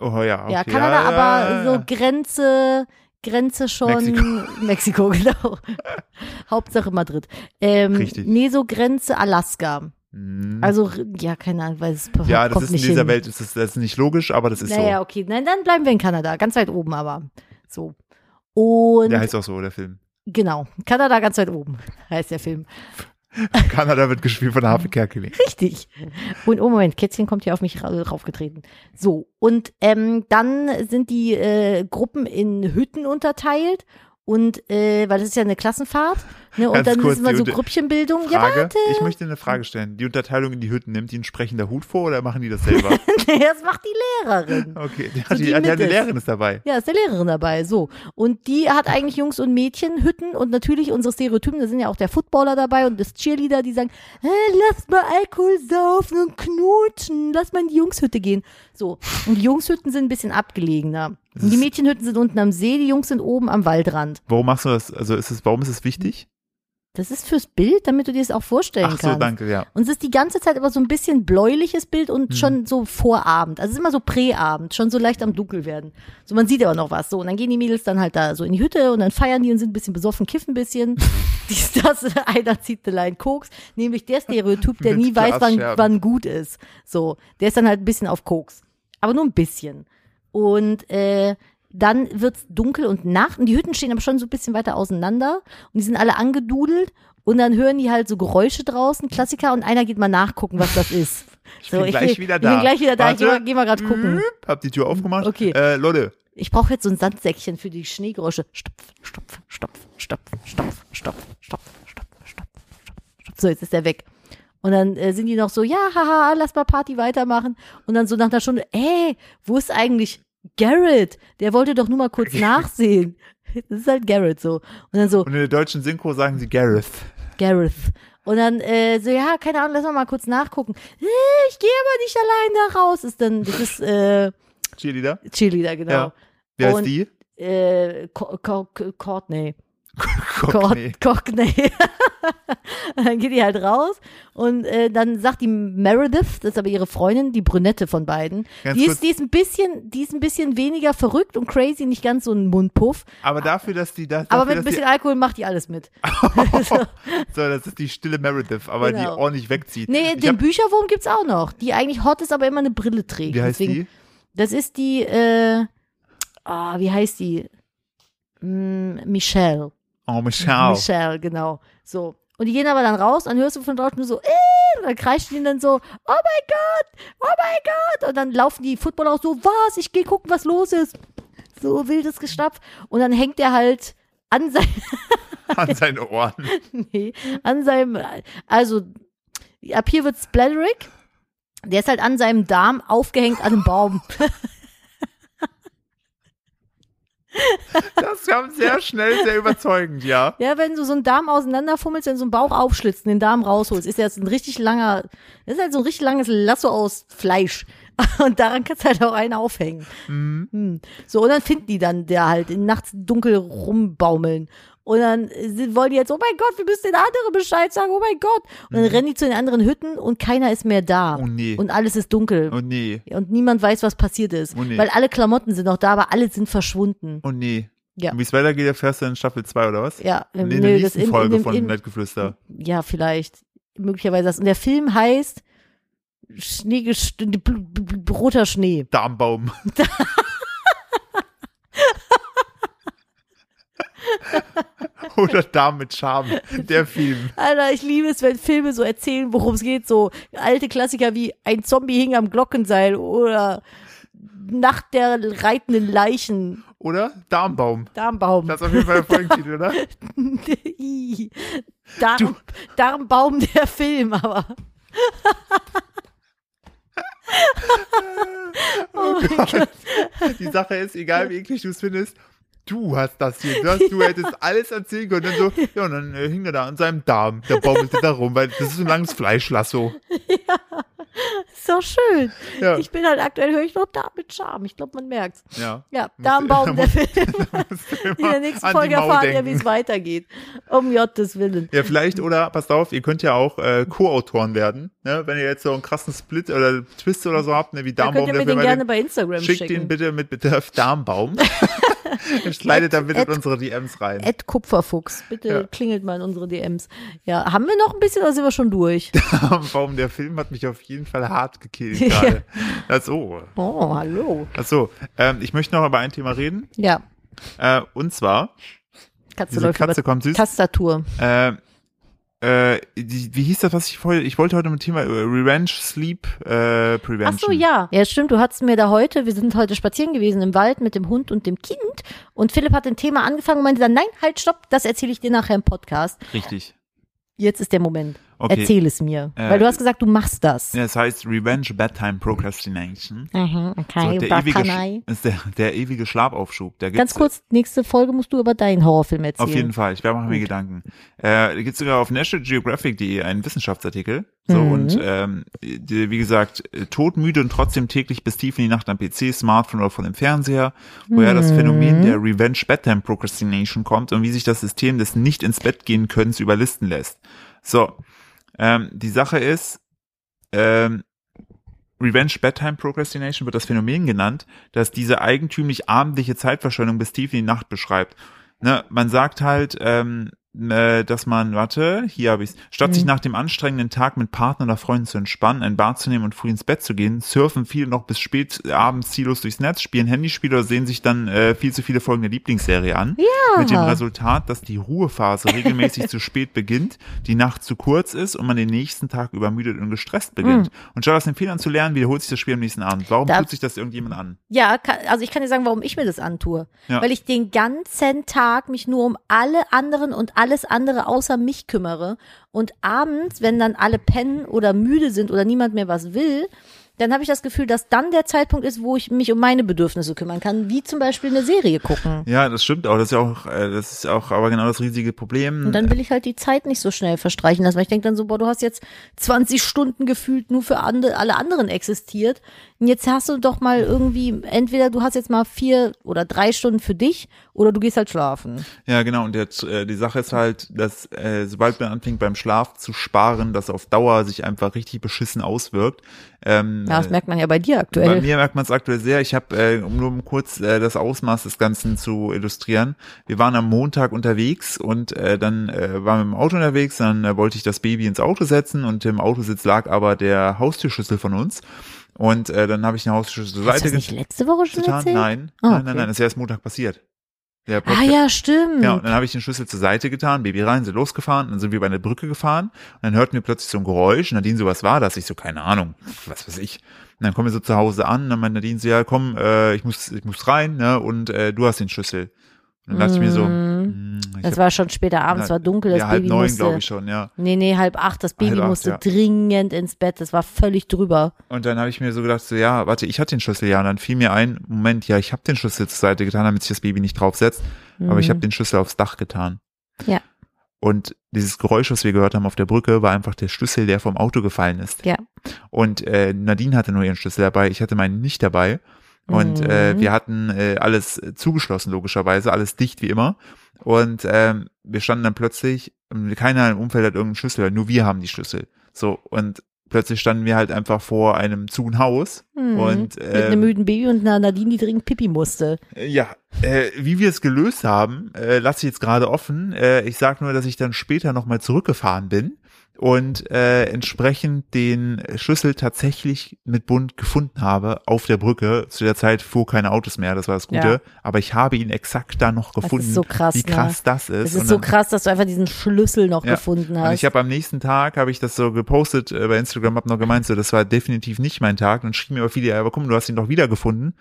A: Oh ja. Okay.
B: Ja, Kanada,
A: ja, ja,
B: aber
A: ja.
B: so Grenze, Grenze schon. Mexiko, genau. Hauptsache Madrid. Ähm,
A: Richtig.
B: Nee, so Grenze Alaska.
A: Hm.
B: Also, ja, keine Ahnung, weil es
A: Ja, das
B: Also, kommt
A: ist in
B: nicht
A: dieser
B: hin.
A: Welt, ist das, das ist nicht logisch, aber das ist
B: naja, okay. Nein, dann bleiben wir in Kanada. Ganz weit oben aber. So. Und
A: so. Der heißt auch so, der Film.
B: genau, Kanada ganz weit oben, heißt der Film.
A: Kanada wird gespielt von Harvey Kerkeling.
B: Richtig. Und oh Moment, Kätzchen kommt hier auf mich ra- raufgetreten. So, und ähm, dann sind die äh, Gruppen in Hütten unterteilt. Und äh, weil das ist ja eine Klassenfahrt, ne? Und
A: Ganz
B: dann
A: kurz,
B: ist immer
A: die
B: so
A: Unter-
B: Grüppchenbildung. Ja,
A: Frage, ich möchte eine Frage stellen. Die Unterteilung in die Hütten, nimmt die ein sprechender Hut vor oder machen die das selber?
B: warte, das macht die Lehrerin.
A: Okay, die,
B: So
A: die,
B: die
A: die, eine
B: Mitte ist-
A: Lehrerin ist dabei.
B: Ja, ist der Lehrerin dabei, so. Und die hat eigentlich Jungs und Mädchen, Hütten und natürlich unsere Stereotypen, da sind ja auch der Footballer dabei und das Cheerleader, die sagen, hey, lass mal Alkohol saufen und knutschen, lass mal in die Jungshütte gehen. So. Und die Jungshütten sind ein bisschen abgelegener. Und die Mädchenhütten sind unten am See, die Jungs sind oben am Waldrand.
A: Warum machst du das? Also ist es, warum ist es wichtig?
B: Das ist fürs Bild, damit du dir das auch vorstellen
A: Ach
B: kannst.
A: so, danke, ja.
B: Und es ist die ganze Zeit aber so ein bisschen bläuliches Bild und
A: Mhm.
B: schon so Vorabend. Also es ist immer so Präabend, schon so leicht am Dunkel werden. So, man sieht aber noch was. So, und dann gehen die Mädels dann halt da so in die Hütte und dann feiern die und sind ein bisschen besoffen, kiffen ein bisschen. Dies, das, einer zieht eine Line Koks, nämlich der Stereotyp, der
A: Mit
B: nie weiß, wann,
A: Glasscherben.
B: wann gut ist. So, der ist dann halt ein bisschen auf Koks. Aber nur ein bisschen. Und äh, dann wird's dunkel und Nacht und die Hütten stehen aber schon so ein bisschen weiter auseinander und die sind alle angedudelt und dann hören die halt so Geräusche draußen, Klassiker und einer geht mal nachgucken, was das ist.
A: Ich bin gleich wieder da.
B: Ich bin gleich wieder da, ich geh mal,
A: Warte. Hm?
B: geh mal gerade gucken.
A: Üpp, Hab die Tür aufgemacht.
B: Okay.
A: Äh, Leute,
B: Ich brauche jetzt so ein Sandsäckchen für die Schneegeräusche. Stopf, stopf, stopf, stopf, stopf, stopf, stopf, stopf, stopf, stopf. So, jetzt ist er weg. Und dann äh, sind die noch so, ja, haha, lass mal Party weitermachen. Und dann so nach einer Stunde, ey, wo ist eigentlich Garrett? Der wollte doch nur mal kurz nachsehen. Das ist halt Garrett so. Und dann so,
A: und in der deutschen Synchro sagen sie Gareth.
B: Gareth. Und dann äh, so, ja, keine Ahnung, lass mal, mal kurz nachgucken. Äh, Ich gehe aber nicht allein da raus. Ist dann, das ist äh,
A: Cheerleader?
B: Cheerleader, genau.
A: Ja. Wer
B: Und-
A: ist die?
B: äh, Co Co Co Courtney.
A: Cockney.
B: Court- Courtney. Und dann geht die halt raus und äh, dann sagt die Meredith, das ist aber ihre Freundin, die Brünette von beiden,
A: Ganz
B: die
A: kurz.
B: ist, die, ist ein bisschen, die ist ein bisschen weniger verrückt und crazy, nicht ganz so ein Mundpuff,
A: Aber dafür, dass die das. dafür,
B: aber mit ein
A: dass
B: bisschen Alkohol macht die alles mit. so.
A: die, so, das ist die stille Meredith, aber die
B: Genau.
A: ordentlich wegzieht.
B: Nee,
A: Ich
B: den
A: hab-
B: Bücherwurm gibt's auch noch, die eigentlich hot ist, aber immer eine Brille trägt.
A: Wie heißt
B: Deswegen,
A: die?
B: Das ist die, äh, ah, wie heißt die? Mm, Michelle.
A: Oh, Michelle.
B: Michelle, genau. So. Und die gehen aber dann raus, dann hörst du von dort nur so, äh, und dann kreischen die dann so, oh mein Gott, oh mein Gott. Und dann laufen die Footballer auch so, was, ich gehe gucken, was los ist. So wildes Geschnapp. Und dann hängt er halt an, sein,
A: An seine Ohren.
B: nee, an seinem, also ab hier wird Splatterick. Der ist halt an seinem Darm aufgehängt an einem Baum.
A: Das kam sehr schnell, sehr überzeugend, ja.
B: Ja, wenn du so einen Darm auseinanderfummelst, wenn du so einen Bauch aufschlitzt und den Darm rausholst, ist das ein richtig langer, das ist halt so ein richtig langes Lasso aus Fleisch. Und daran kannst du halt auch einen aufhängen.
A: Mhm.
B: Hm. So, und dann finden die dann der halt in nachts dunkel rumbaumeln. Und dann sind- wollen die jetzt, oh mein Gott, wir müssen den anderen Bescheid sagen, oh mein Gott. Und dann rennen die zu den anderen Hütten und keiner ist mehr da.
A: Mhm. Oh nee.
B: Und alles ist dunkel.
A: Oh nee,
B: und niemand weiß, was passiert ist.
A: Oh nee.
B: Weil alle Klamotten sind noch da, aber alle sind verschwunden.
A: oh nee.
B: Ja.
A: Und wie es weitergeht, erfährst du in Staffel 2, oder was?
B: Ja,
A: Nee,
B: ähm,
A: in der
B: nö,
A: nächsten
B: in- in
A: Folge
B: dem-
A: von
B: in-
A: Nettgeflüster.
B: ja, vielleicht. Möglicherweise das. Und der Film heißt Schnee, gest- bl- bl- bl- roter Schnee.
A: Darmbaum. oder Darm mit Charme. Der Film.
B: Alter, ich liebe es, wenn Filme so erzählen, worum es geht. So alte Klassiker wie Ein Zombie hing am Glockenseil oder Nacht der reitenden Leichen,
A: Oder Darmbaum.
B: Darmbaum.
A: Das ist auf jeden Fall der Folgentitel, oder?
B: Ih. Darm, Darmbaum der Film, aber. oh mein Gott.
A: Die Sache ist, egal wie eklig du es findest, du hast das hier. Du, hast, du hättest alles erzählen können. Und so, ja, und dann äh, hing er da an seinem Darm. Der baumelte da rum, weil das ist ein langes Fleischlasso.
B: Ist doch schön.
A: Ja.
B: Ich bin halt aktuell, höre ich noch da mit Charme. Ich glaube, man merkt's.
A: Ja.
B: Ja,
A: Musst-
B: Darmbaum, der
A: musst-
B: Film.
A: musst du
B: In der
A: immer
B: nächsten
A: an die
B: Folge
A: Mau
B: erfahren wir, wie
A: denken.
B: es weitergeht. Um Gottes Willen.
A: Ja, vielleicht, oder, passt auf, ihr könnt ja auch äh, Co-Autoren werden, ne? wenn ihr jetzt so einen krassen Split oder Twist oder so habt, ne? wie
B: Da könnt
A: Darmbaum.
B: ihr mir
A: der
B: den
A: Film,
B: gerne bei Instagram
A: schickt den
B: schicken.
A: bitte mit Betreff Darmbaum. Schneidet dann bitte in
B: at-
A: unsere DMs rein.
B: Ed Kupferfuchs, bitte
A: Ja.
B: klingelt mal in unsere DMs. Ja, haben wir noch ein bisschen oder sind wir schon durch?
A: Darmbaum, der Film hat mich auf jeden Fall hart gekillt gerade. Das, oh,
B: Oh, hallo.
A: Achso, ähm, ich möchte noch über ein Thema reden.
B: Ja,
A: Äh, und zwar,
B: Katze
A: diese
B: läuft
A: Katze
B: über
A: kommt süß.
B: Tastatur.
A: Äh, äh, die, wie hieß das, was ich vorher, ich wollte heute mit dem Thema äh, Revenge Sleep äh,
B: Ach
A: Prevention.
B: so, ja. Ja, stimmt, du hattest mir da heute, wir sind heute spazieren gewesen im Wald mit dem Hund und dem Kind und Philipp hat ein Thema angefangen und meinte dann, nein, halt, stopp, das erzähle ich dir nachher im Podcast.
A: Richtig.
B: Jetzt ist der Moment.
A: Okay.
B: Erzähl es mir.
A: Äh,
B: Weil du hast gesagt, du machst das.
A: Ja, es heißt Revenge Bedtime Procrastination.
B: Mhm,
A: So,
B: okay,
A: der, ewige,
B: Bacchanai.
A: Sch- ist der, der ewige Schlafaufschub. Da gibt's,
B: Ganz kurz, nächste Folge musst du über deinen Horrorfilm erzählen.
A: Auf jeden Fall, ich werde machen mir Gedanken. Äh, gibt sogar auf nationalgeographic.de einen Wissenschaftsartikel. So
B: Mhm.
A: und ähm, die, wie gesagt, äh, todmüde und trotzdem täglich bis tief in die Nacht am PC, Smartphone oder von dem Fernseher, wo ja
B: Mhm.
A: das Phänomen der Revenge Bedtime Procrastination kommt und wie sich das System des nicht ins Bett gehen Könnens überlisten lässt. So, ähm, die Sache ist, ähm, Revenge Bedtime Procrastination wird das Phänomen genannt, das diese eigentümlich abendliche Zeitverschwendung bis tief in die Nacht beschreibt. Ne, man sagt halt, ähm, äh, dass man, warte, hier habe ich's, statt sich nach dem anstrengenden Tag mit Partnern oder Freunden zu entspannen, ein Bad zu nehmen und früh ins Bett zu gehen, surfen viele noch bis spät abends ziellos durchs Netz, spielen Handyspiele oder sehen sich dann äh, viel zu viele Folgen der Lieblingsserie an. Ja. Mit dem Resultat, dass die Ruhephase regelmäßig zu spät beginnt, die Nacht zu kurz ist und man den nächsten Tag übermüdet und gestresst beginnt. Und statt aus den Fehlern zu lernen, wiederholt sich das Spiel am nächsten Abend. Warum
B: Hm. Da-
A: tut sich das irgendjemand an?
B: Ja, ka- also ich kann dir sagen, warum ich mir das antue.
A: Ja.
B: Weil ich den ganzen Tag mich nur um alle anderen und alles andere außer mich kümmere. Und abends, wenn dann alle pennen oder müde sind oder niemand mehr was will, dann habe ich das Gefühl, dass dann der Zeitpunkt ist, wo ich mich um meine Bedürfnisse kümmern kann, wie zum Beispiel eine Serie gucken.
A: Ja, das stimmt auch. Das ist ja auch, äh, das ist auch aber genau das riesige Problem.
B: Und dann will ich halt die Zeit nicht so schnell verstreichen lassen, weil ich denke dann so, boah, du hast jetzt 20 Stunden gefühlt nur für ande, alle anderen existiert. Und jetzt hast du doch mal irgendwie, entweder du hast jetzt mal vier oder drei Stunden für dich oder du gehst halt schlafen.
A: Ja, genau. Und jetzt, äh, die Sache ist halt, dass äh, sobald man anfängt beim Schlaf zu sparen, das auf Dauer sich einfach richtig beschissen auswirkt. Ähm,
B: Ja, das merkt man ja bei dir
A: Bei
B: aktuell.
A: mir merkt man es aktuell sehr. Ich habe, äh, um nur um kurz äh, das Ausmaß des Ganzen zu illustrieren, wir waren am Montag unterwegs und äh, dann äh, waren wir im Auto unterwegs, dann äh, wollte ich das Baby ins Auto setzen und im Autositz lag aber der Haustürschlüssel von uns. Und äh, dann habe ich den Haustürschlüssel zur
B: Hast du
A: Seite
B: das nicht letzte Woche schon
A: getan.
B: erzählt?
A: Nein,
B: Ah,
A: nein, nein,
B: okay.
A: nein, das ist erst Montag passiert. Der
B: Ah ja, stimmt.
A: Ja, und dann habe ich den Schlüssel zur Seite getan, Baby rein, sind losgefahren, dann sind wir über eine Brücke gefahren und dann hörten wir plötzlich so ein Geräusch und Nadine so, was war das? Ich so, keine Ahnung, was weiß ich. Und dann kommen wir so zu Hause an und dann meint Nadine so, ja komm, äh, ich muss ich muss rein ne, und äh, du hast den Schlüssel. Und dann dachte ich mir so, mm, ich
B: Mhm. das
A: hab-
B: war schon später abends, war dunkel, das
A: ja, halb
B: Baby
A: neun,
B: musste.
A: glaube ich schon, ja.
B: Nee, nee, halb acht, das Baby
A: Halb acht,
B: musste
A: ja.
B: dringend ins Bett, das war völlig drüber.
A: Und dann habe ich mir so gedacht, so ja, warte, ich hatte den Schlüssel ja. Und dann fiel mir ein, Moment, ja, ich habe den Schlüssel zur Seite getan, damit sich das Baby nicht draufsetzt. Aber ich habe
B: Hm.
A: den Schlüssel aufs Dach getan.
B: Mhm. Ja.
A: Und dieses Geräusch, was wir gehört haben auf der Brücke, war einfach der Schlüssel, der vom Auto gefallen ist.
B: Ja.
A: Und äh, Nadine hatte nur ihren Schlüssel dabei, ich hatte meinen nicht dabei. Und äh,
B: Mhm.
A: wir hatten äh, alles zugeschlossen, logischerweise, alles dicht wie immer. Und ähm, wir standen dann plötzlich, keiner im Umfeld hat irgendeinen Schlüssel, nur wir haben die Schlüssel. So, und plötzlich standen wir halt einfach vor einem zugen Haus.
B: Mhm.
A: Und
B: Mit einem
A: ähm,
B: müden Baby und einer Nadine, die dringend Pipi musste.
A: ja, äh, wie wir es gelöst haben, äh, lasse ich jetzt gerade offen. Äh, ich sag nur, dass ich dann später nochmal zurückgefahren bin und äh, entsprechend den Schlüssel tatsächlich mit Bund gefunden habe auf der Brücke. Zu der Zeit fuhr keine Autos mehr, das war das Gute.
B: Ja.
A: Aber ich habe ihn exakt da noch
B: ist
A: gefunden.
B: so krass,
A: wie krass das ist.
B: Es ist
A: Und
B: so
A: dann-
B: krass, dass du einfach diesen Schlüssel noch
A: Ja.
B: gefunden
A: und
B: hast.
A: ich habe am nächsten Tag, habe ich das so gepostet äh, bei Instagram, habe noch gemeint, so das war definitiv nicht mein Tag. Dann schrieben mir aber viele, ja, aber komm, du hast ihn doch wiedergefunden.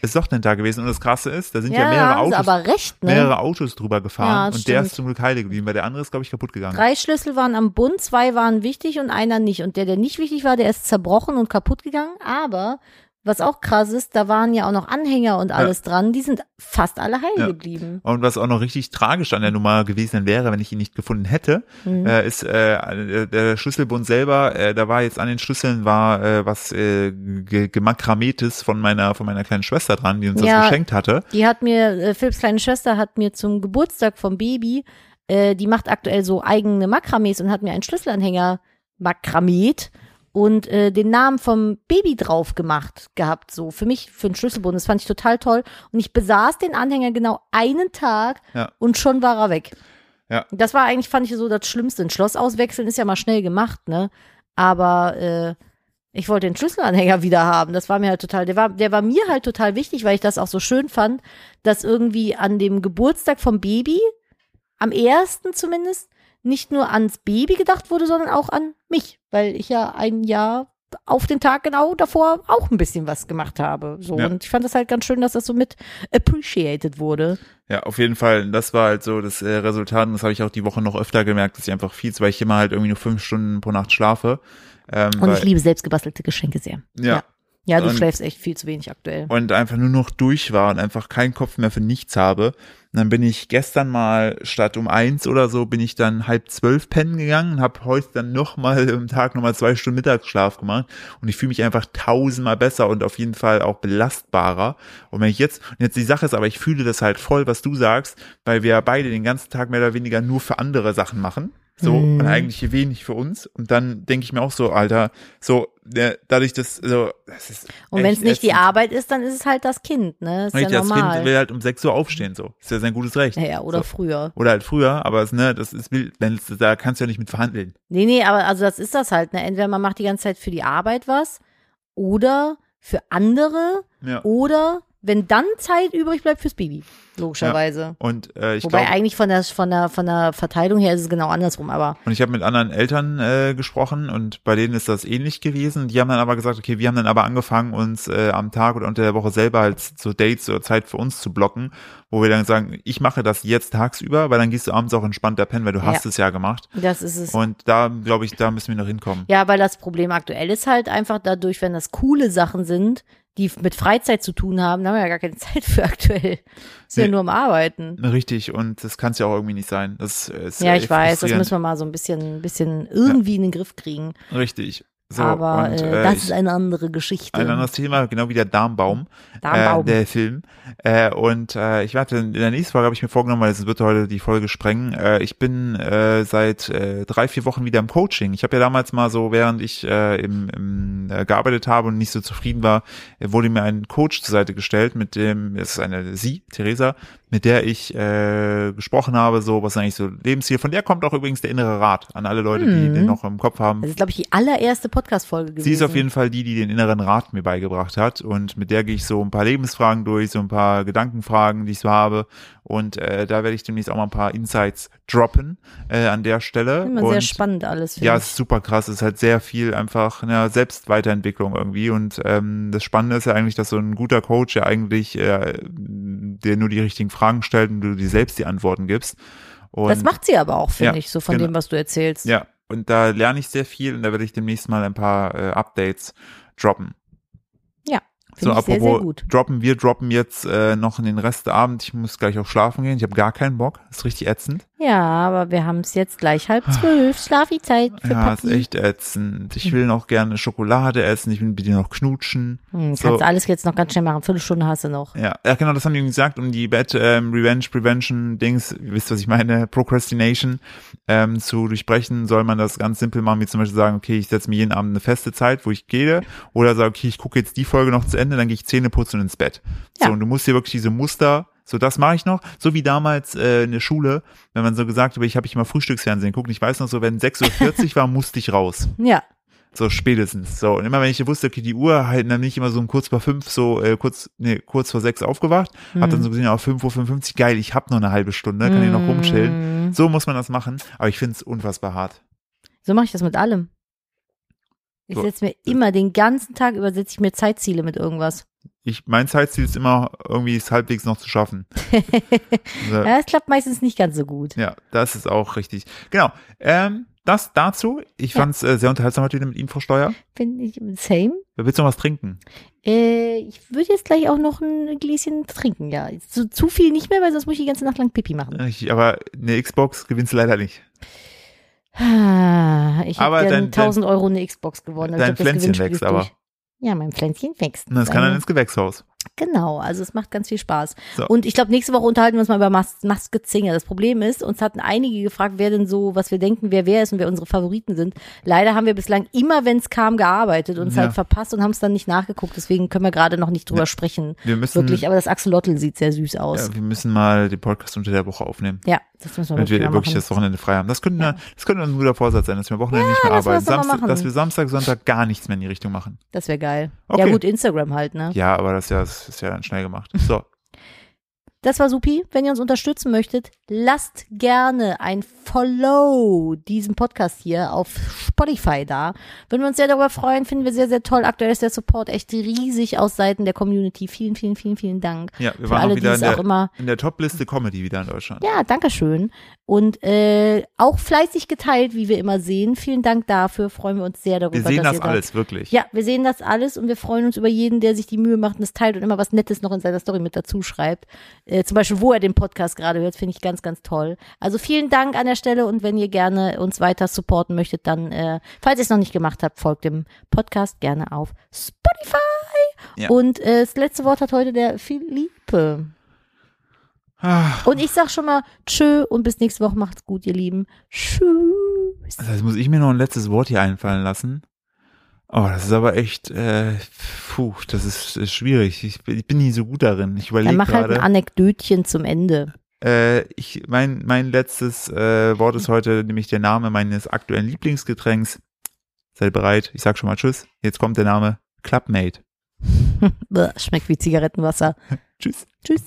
A: Ist doch dein Tag gewesen. Und das Krasse ist, da sind ja,
B: ja,
A: mehrere
B: haben sie
A: Autos
B: aber recht, ne?
A: mehrere Autos drüber
B: Ja,
A: gefahren
B: das
A: und der
B: stimmt.
A: ist zum Glück heile geblieben, weil der andere ist, glaube ich, kaputt gegangen.
B: Drei Schlüssel waren am Bund, zwei waren wichtig und einer nicht. Und der, der nicht wichtig war, der ist zerbrochen und kaputt gegangen. Aber was auch krass ist, da waren ja auch noch Anhänger und alles dran. Die sind fast alle heil
A: Ja.
B: geblieben.
A: Und was auch noch richtig tragisch an der Nummer gewesen wäre, wenn ich ihn nicht gefunden hätte,
B: Mhm.
A: äh, ist äh, der Schlüsselbund selber, äh, da war jetzt an den Schlüsseln war äh, was äh, ge- gemakrametes von meiner von meiner kleinen Schwester dran, die uns
B: Ja.
A: das geschenkt hatte.
B: Die hat mir, äh, Philips kleine Schwester hat mir zum Geburtstag vom Baby, äh, die macht aktuell so eigene Makramees und hat mir einen Schlüsselanhänger makrameet und äh, den Namen vom Baby drauf gemacht gehabt, so für mich, für den Schlüsselbund. Das fand ich total toll. Und ich besaß den Anhänger genau einen Tag
A: Ja.
B: und schon war er weg.
A: Ja.
B: Das war eigentlich, fand ich so das Schlimmste. Ein Schloss auswechseln ist ja mal schnell gemacht, ne? Aber äh, ich wollte den Schlüsselanhänger wieder haben. Das war mir halt total, der war, der war mir halt total wichtig, weil ich das auch so schön fand, dass irgendwie an dem Geburtstag vom Baby, am ersten zumindest, nicht nur ans Baby gedacht wurde, sondern auch an mich, weil ich ja ein Jahr auf den Tag genau davor auch ein bisschen was gemacht habe. So.
A: Ja.
B: Und ich fand das halt ganz schön, dass das so mit appreciated wurde.
A: Ja, auf jeden Fall. Das war halt so das äh, Resultat und das habe ich auch die Woche noch öfter gemerkt, dass ich einfach viel, weil ich immer halt irgendwie nur fünf Stunden pro Nacht schlafe. Ähm,
B: Und
A: weil,
B: ich liebe selbstgebastelte Geschenke sehr.
A: ja,
B: Ja, du
A: Und-
B: schläfst echt viel zu wenig aktuell.
A: und einfach nur noch durch war und einfach keinen Kopf mehr für nichts habe. Und dann bin ich gestern mal statt um eins oder so, bin ich dann halb zwölf pennen gegangen und habe heute dann nochmal im Tag nochmal zwei Stunden Mittagsschlaf gemacht. Und ich fühle mich einfach tausendmal besser und auf jeden Fall auch belastbarer. Und wenn ich jetzt, und jetzt die Sache ist aber, ich fühle das halt voll, was du sagst, weil wir beide den ganzen Tag mehr oder weniger nur für andere Sachen machen. So,
B: Mhm.
A: und eigentlich hier wenig für uns. Und dann denke ich mir auch so, Alter, so, äh, dadurch, dass, so, das ist.
B: Und wenn es
A: echt
B: nicht die
A: ätzend.
B: Arbeit ist, dann ist es halt das Kind, ne? Ist
A: Richtig,
B: ja
A: das
B: normal.
A: Kind will halt um 6 Uhr aufstehen, so. Ist ja sein gutes Recht.
B: naja, oder
A: so.
B: früher.
A: Oder halt früher, aber es, ne, das ist, wild, wenn es, da kannst du ja nicht mit verhandeln.
B: Nee, nee, aber also das ist das halt, ne? Entweder man macht die ganze Zeit für die Arbeit was oder für andere
A: Ja.
B: oder wenn dann Zeit übrig bleibt fürs Baby, logischerweise.
A: Und äh, ich
B: Wobei
A: glaube,
B: eigentlich von der, von, der, von der Verteilung her ist es genau andersrum, aber
A: und ich habe mit anderen Eltern äh, gesprochen und bei denen ist das ähnlich gewesen. Die haben dann aber gesagt, okay, wir haben dann aber angefangen, uns äh, am Tag oder unter der Woche selber halt so Dates oder Zeit für uns zu blocken, wo wir dann sagen, ich mache das jetzt tagsüber, weil dann gehst du abends auch entspannter pennen, weil du hast
B: Ja.
A: es ja gemacht.
B: das ist es.
A: Und da, glaube ich, da müssen wir noch hinkommen.
B: Ja, weil das Problem aktuell ist halt einfach dadurch, wenn das coole Sachen sind, die mit Freizeit zu tun haben, da haben wir ja gar keine Zeit für aktuell. Ist ja
A: Nee.
B: nur am Arbeiten.
A: Richtig, und das kann es ja auch irgendwie nicht sein. Das äh, ist
B: Ja,
A: äh,
B: ich weiß, das
A: frustrierend.
B: müssen wir mal so ein bisschen, bisschen irgendwie in den Griff kriegen.
A: Richtig. So,
B: Aber
A: und,
B: äh,
A: äh,
B: das
A: ich,
B: ist eine andere Geschichte.
A: ein anderes Thema, genau wie der Darmbaum,
B: Darmbaum.
A: Äh, der Film. Äh, und äh, ich warte, in der nächsten Folge habe ich mir vorgenommen, weil es wird heute die Folge sprengen. Äh, ich bin äh, seit äh, drei, vier Wochen wieder im Coaching. Ich habe ja damals mal so, während ich äh, im, im, äh, gearbeitet habe und nicht so zufrieden war, äh, wurde mir ein Coach zur Seite gestellt, mit dem, es ist eine sie, Theresa, mit der ich äh, gesprochen habe, so was ist eigentlich so Lebensziel. Von der kommt auch übrigens der innere Rat an alle Leute, die
B: Mhm.
A: den noch im Kopf haben.
B: das ist, glaube ich, die allererste Podcast-Folge gewesen.
A: Sie ist auf jeden Fall die, die den inneren Rat mir beigebracht hat und mit der gehe ich so ein paar Lebensfragen durch, so ein paar Gedankenfragen, die ich so habe. Und äh, da werde ich demnächst auch mal ein paar Insights droppen äh, an der Stelle.
B: Immer
A: und
B: sehr spannend alles. finde
A: ja,
B: ich.
A: es ist super krass. Es ist halt sehr viel einfach eine Selbstweiterentwicklung irgendwie. Und ähm, das Spannende ist ja eigentlich, dass so ein guter Coach ja eigentlich äh, dir nur die richtigen Fragen stellt und du dir selbst die Antworten gibst. Und
B: das macht sie aber auch, finde
A: Ja,
B: ich, so von
A: genau.
B: dem, was du erzählst.
A: ja, und da lerne ich sehr viel und da werde ich demnächst mal ein paar äh, Updates droppen.
B: Finde
A: so,
B: ich sehr, sehr gut.
A: droppen, wir droppen jetzt äh, noch in den Rest der Abend. Ich muss gleich auch schlafen gehen. Ich habe gar keinen Bock. Ist richtig ätzend.
B: Ja, aber wir haben es jetzt gleich halb zwölf. Schlafi-Zeit für
A: ja,
B: Papi.
A: ist echt ätzend. Ich will noch gerne Schokolade essen. Ich will bitte noch knutschen.
B: Hm,
A: so.
B: Kannst alles jetzt noch ganz schnell machen. Viertelstunde hast du noch.
A: Ja, ja genau, das haben die gesagt, um die Bad ähm, Revenge Prevention Dings, ihr wisst, was ich meine, Procrastination ähm, zu durchbrechen, soll man das ganz simpel machen, wie zum Beispiel sagen, okay, ich setze mir jeden Abend eine feste Zeit, wo ich gehe, oder sage, okay, ich gucke jetzt die Folge noch zu Ende, dann gehe ich Zähne putzen und ins Bett.
B: Ja.
A: So, und du musst dir wirklich diese Muster, so das mache ich noch, so wie damals äh, in der Schule, wenn man so gesagt hat, ich habe ich immer Frühstücksfernsehen geguckt, und ich weiß noch so, wenn 6.40 Uhr war, musste ich raus.
B: Ja,
A: So spätestens. So. Und immer wenn ich wusste, okay, die Uhr halten dann nicht immer so um kurz vor fünf, so äh, kurz, nee, kurz vor sechs aufgewacht, hab
B: Mhm.
A: dann so gesehen, auf 5.55 Uhr, geil, ich hab noch eine halbe Stunde, kann hier
B: Hm.
A: noch
B: Mhm.
A: rumchillen. So muss man das machen. Aber ich find's unfassbar hart.
B: so mache ich das mit allem. Ich
A: So.
B: setze mir immer den ganzen Tag über, setze ich mir Zeitziele mit irgendwas.
A: Ich, mein Zeitziel ist immer, irgendwie es halbwegs noch zu schaffen. so,
B: Ja, das klappt meistens nicht ganz so gut.
A: ja, das ist auch richtig. Genau. Ähm, das dazu. Ich
B: Ja.
A: fand's äh, sehr unterhaltsam heute wieder mit Ihnen, Frau Steuer.
B: Bin ich same?
A: Willst du noch was trinken?
B: Äh, ich würde jetzt gleich auch noch ein Gläschen trinken, ja. Zu, zu viel nicht mehr, weil sonst muss ich die ganze Nacht lang Pipi machen.
A: Ich, aber eine Xbox gewinnst du leider nicht.
B: Ah, Ich
A: Aber
B: habe dann
A: dein-
B: 1000 Euro eine Xbox gewonnen. Also
A: dein
B: ich glaub, das
A: Pflänzchen
B: Gewinnspiel
A: wächst
B: ist
A: aber.
B: durch. Ja, mein Pflänzchen wächst. Äh,
A: Das kann dann ins Gewächshaus.
B: Genau, also es macht ganz viel Spaß.
A: So.
B: Und ich glaube, nächste Woche unterhalten wir uns mal über Mas Maskezinger. Das Problem ist, uns hatten einige gefragt, wer denn so, was wir denken, wer wer ist und wer unsere Favoriten sind. Leider haben wir bislang immer, wenn es kam, gearbeitet und es
A: Ja.
B: halt verpasst und haben es dann nicht nachgeguckt. Deswegen können wir gerade noch nicht drüber sprechen.
A: Wir müssen-
B: Wirklich, aber das Axolotl sieht sehr süß aus.
A: Ja, wir müssen mal den Podcast unter der Woche aufnehmen.
B: Ja, das müssen wir
A: Damit wir
B: wirklich mal
A: wirklich
B: machen.
A: das Wochenende frei haben. Das könnte, das könnte ein guter Vorsatz sein, dass wir am Wochenende nicht mehr
B: lass uns
A: arbeiten.
B: das doch mal
A: Samstag,
B: machen.
A: dass wir Samstag, Sonntag gar nichts mehr in die Richtung machen.
B: Das wäre geil. Ja
A: Okay.
B: gut, Instagram halt, ne?
A: Ja, aber das ist ja, das ist ja dann schnell gemacht. So,
B: Das war Supi. Wenn ihr uns unterstützen möchtet, lasst gerne ein Follow diesem Podcast hier auf Spotify da. Würden wir uns sehr darüber freuen, finden wir sehr, sehr toll. Aktuell ist der Support echt riesig aus Seiten der Community. Vielen, vielen, vielen, vielen Dank.
A: ja, wir
B: Für
A: waren
B: alle,
A: auch
B: die
A: wieder
B: es
A: in
B: auch
A: der,
B: immer.
A: in der Top-Liste Comedy wieder in Deutschland.
B: Ja, Dankeschön. Und äh, auch fleißig geteilt, wie wir immer sehen. Vielen Dank dafür. Freuen wir uns sehr darüber.
A: wir sehen
B: dass
A: das
B: ihr da-
A: alles, wirklich.
B: Ja, wir sehen das alles und wir freuen uns über jeden, der sich die Mühe macht und es teilt und immer was Nettes noch in seiner Story mit dazu schreibt. Äh, zum Beispiel, wo er den Podcast gerade hört, finde ich ganz, ganz toll. Also vielen Dank an der Stelle und wenn ihr gerne uns weiter supporten möchtet, dann, äh, falls ihr es noch nicht gemacht habt, folgt dem Podcast gerne auf Spotify.
A: Ja.
B: Und äh, das letzte Wort hat heute der Philippe. Und ich sag schon mal Tschö und bis nächste Woche. Macht's gut, ihr Lieben. Tschüss.
A: Das heißt, muss ich mir noch ein letztes Wort hier einfallen lassen. Oh, das ist aber echt, äh, puh, das ist, ist schwierig. Ich, bin- ich bin nie so gut darin. Ich
B: Dann
A: überlege
B: mach halt ein
A: gerade.
B: Anekdötchen zum Ende.
A: Äh, ich, mein, mein letztes äh, Wort ist heute nämlich der Name meines aktuellen Lieblingsgetränks. Seid bereit, ich sag schon mal Tschüss. Jetzt kommt der Name Clubmate.
B: Bäh, Schmeckt wie Zigarettenwasser.
A: Tschüss.
B: Tschüss.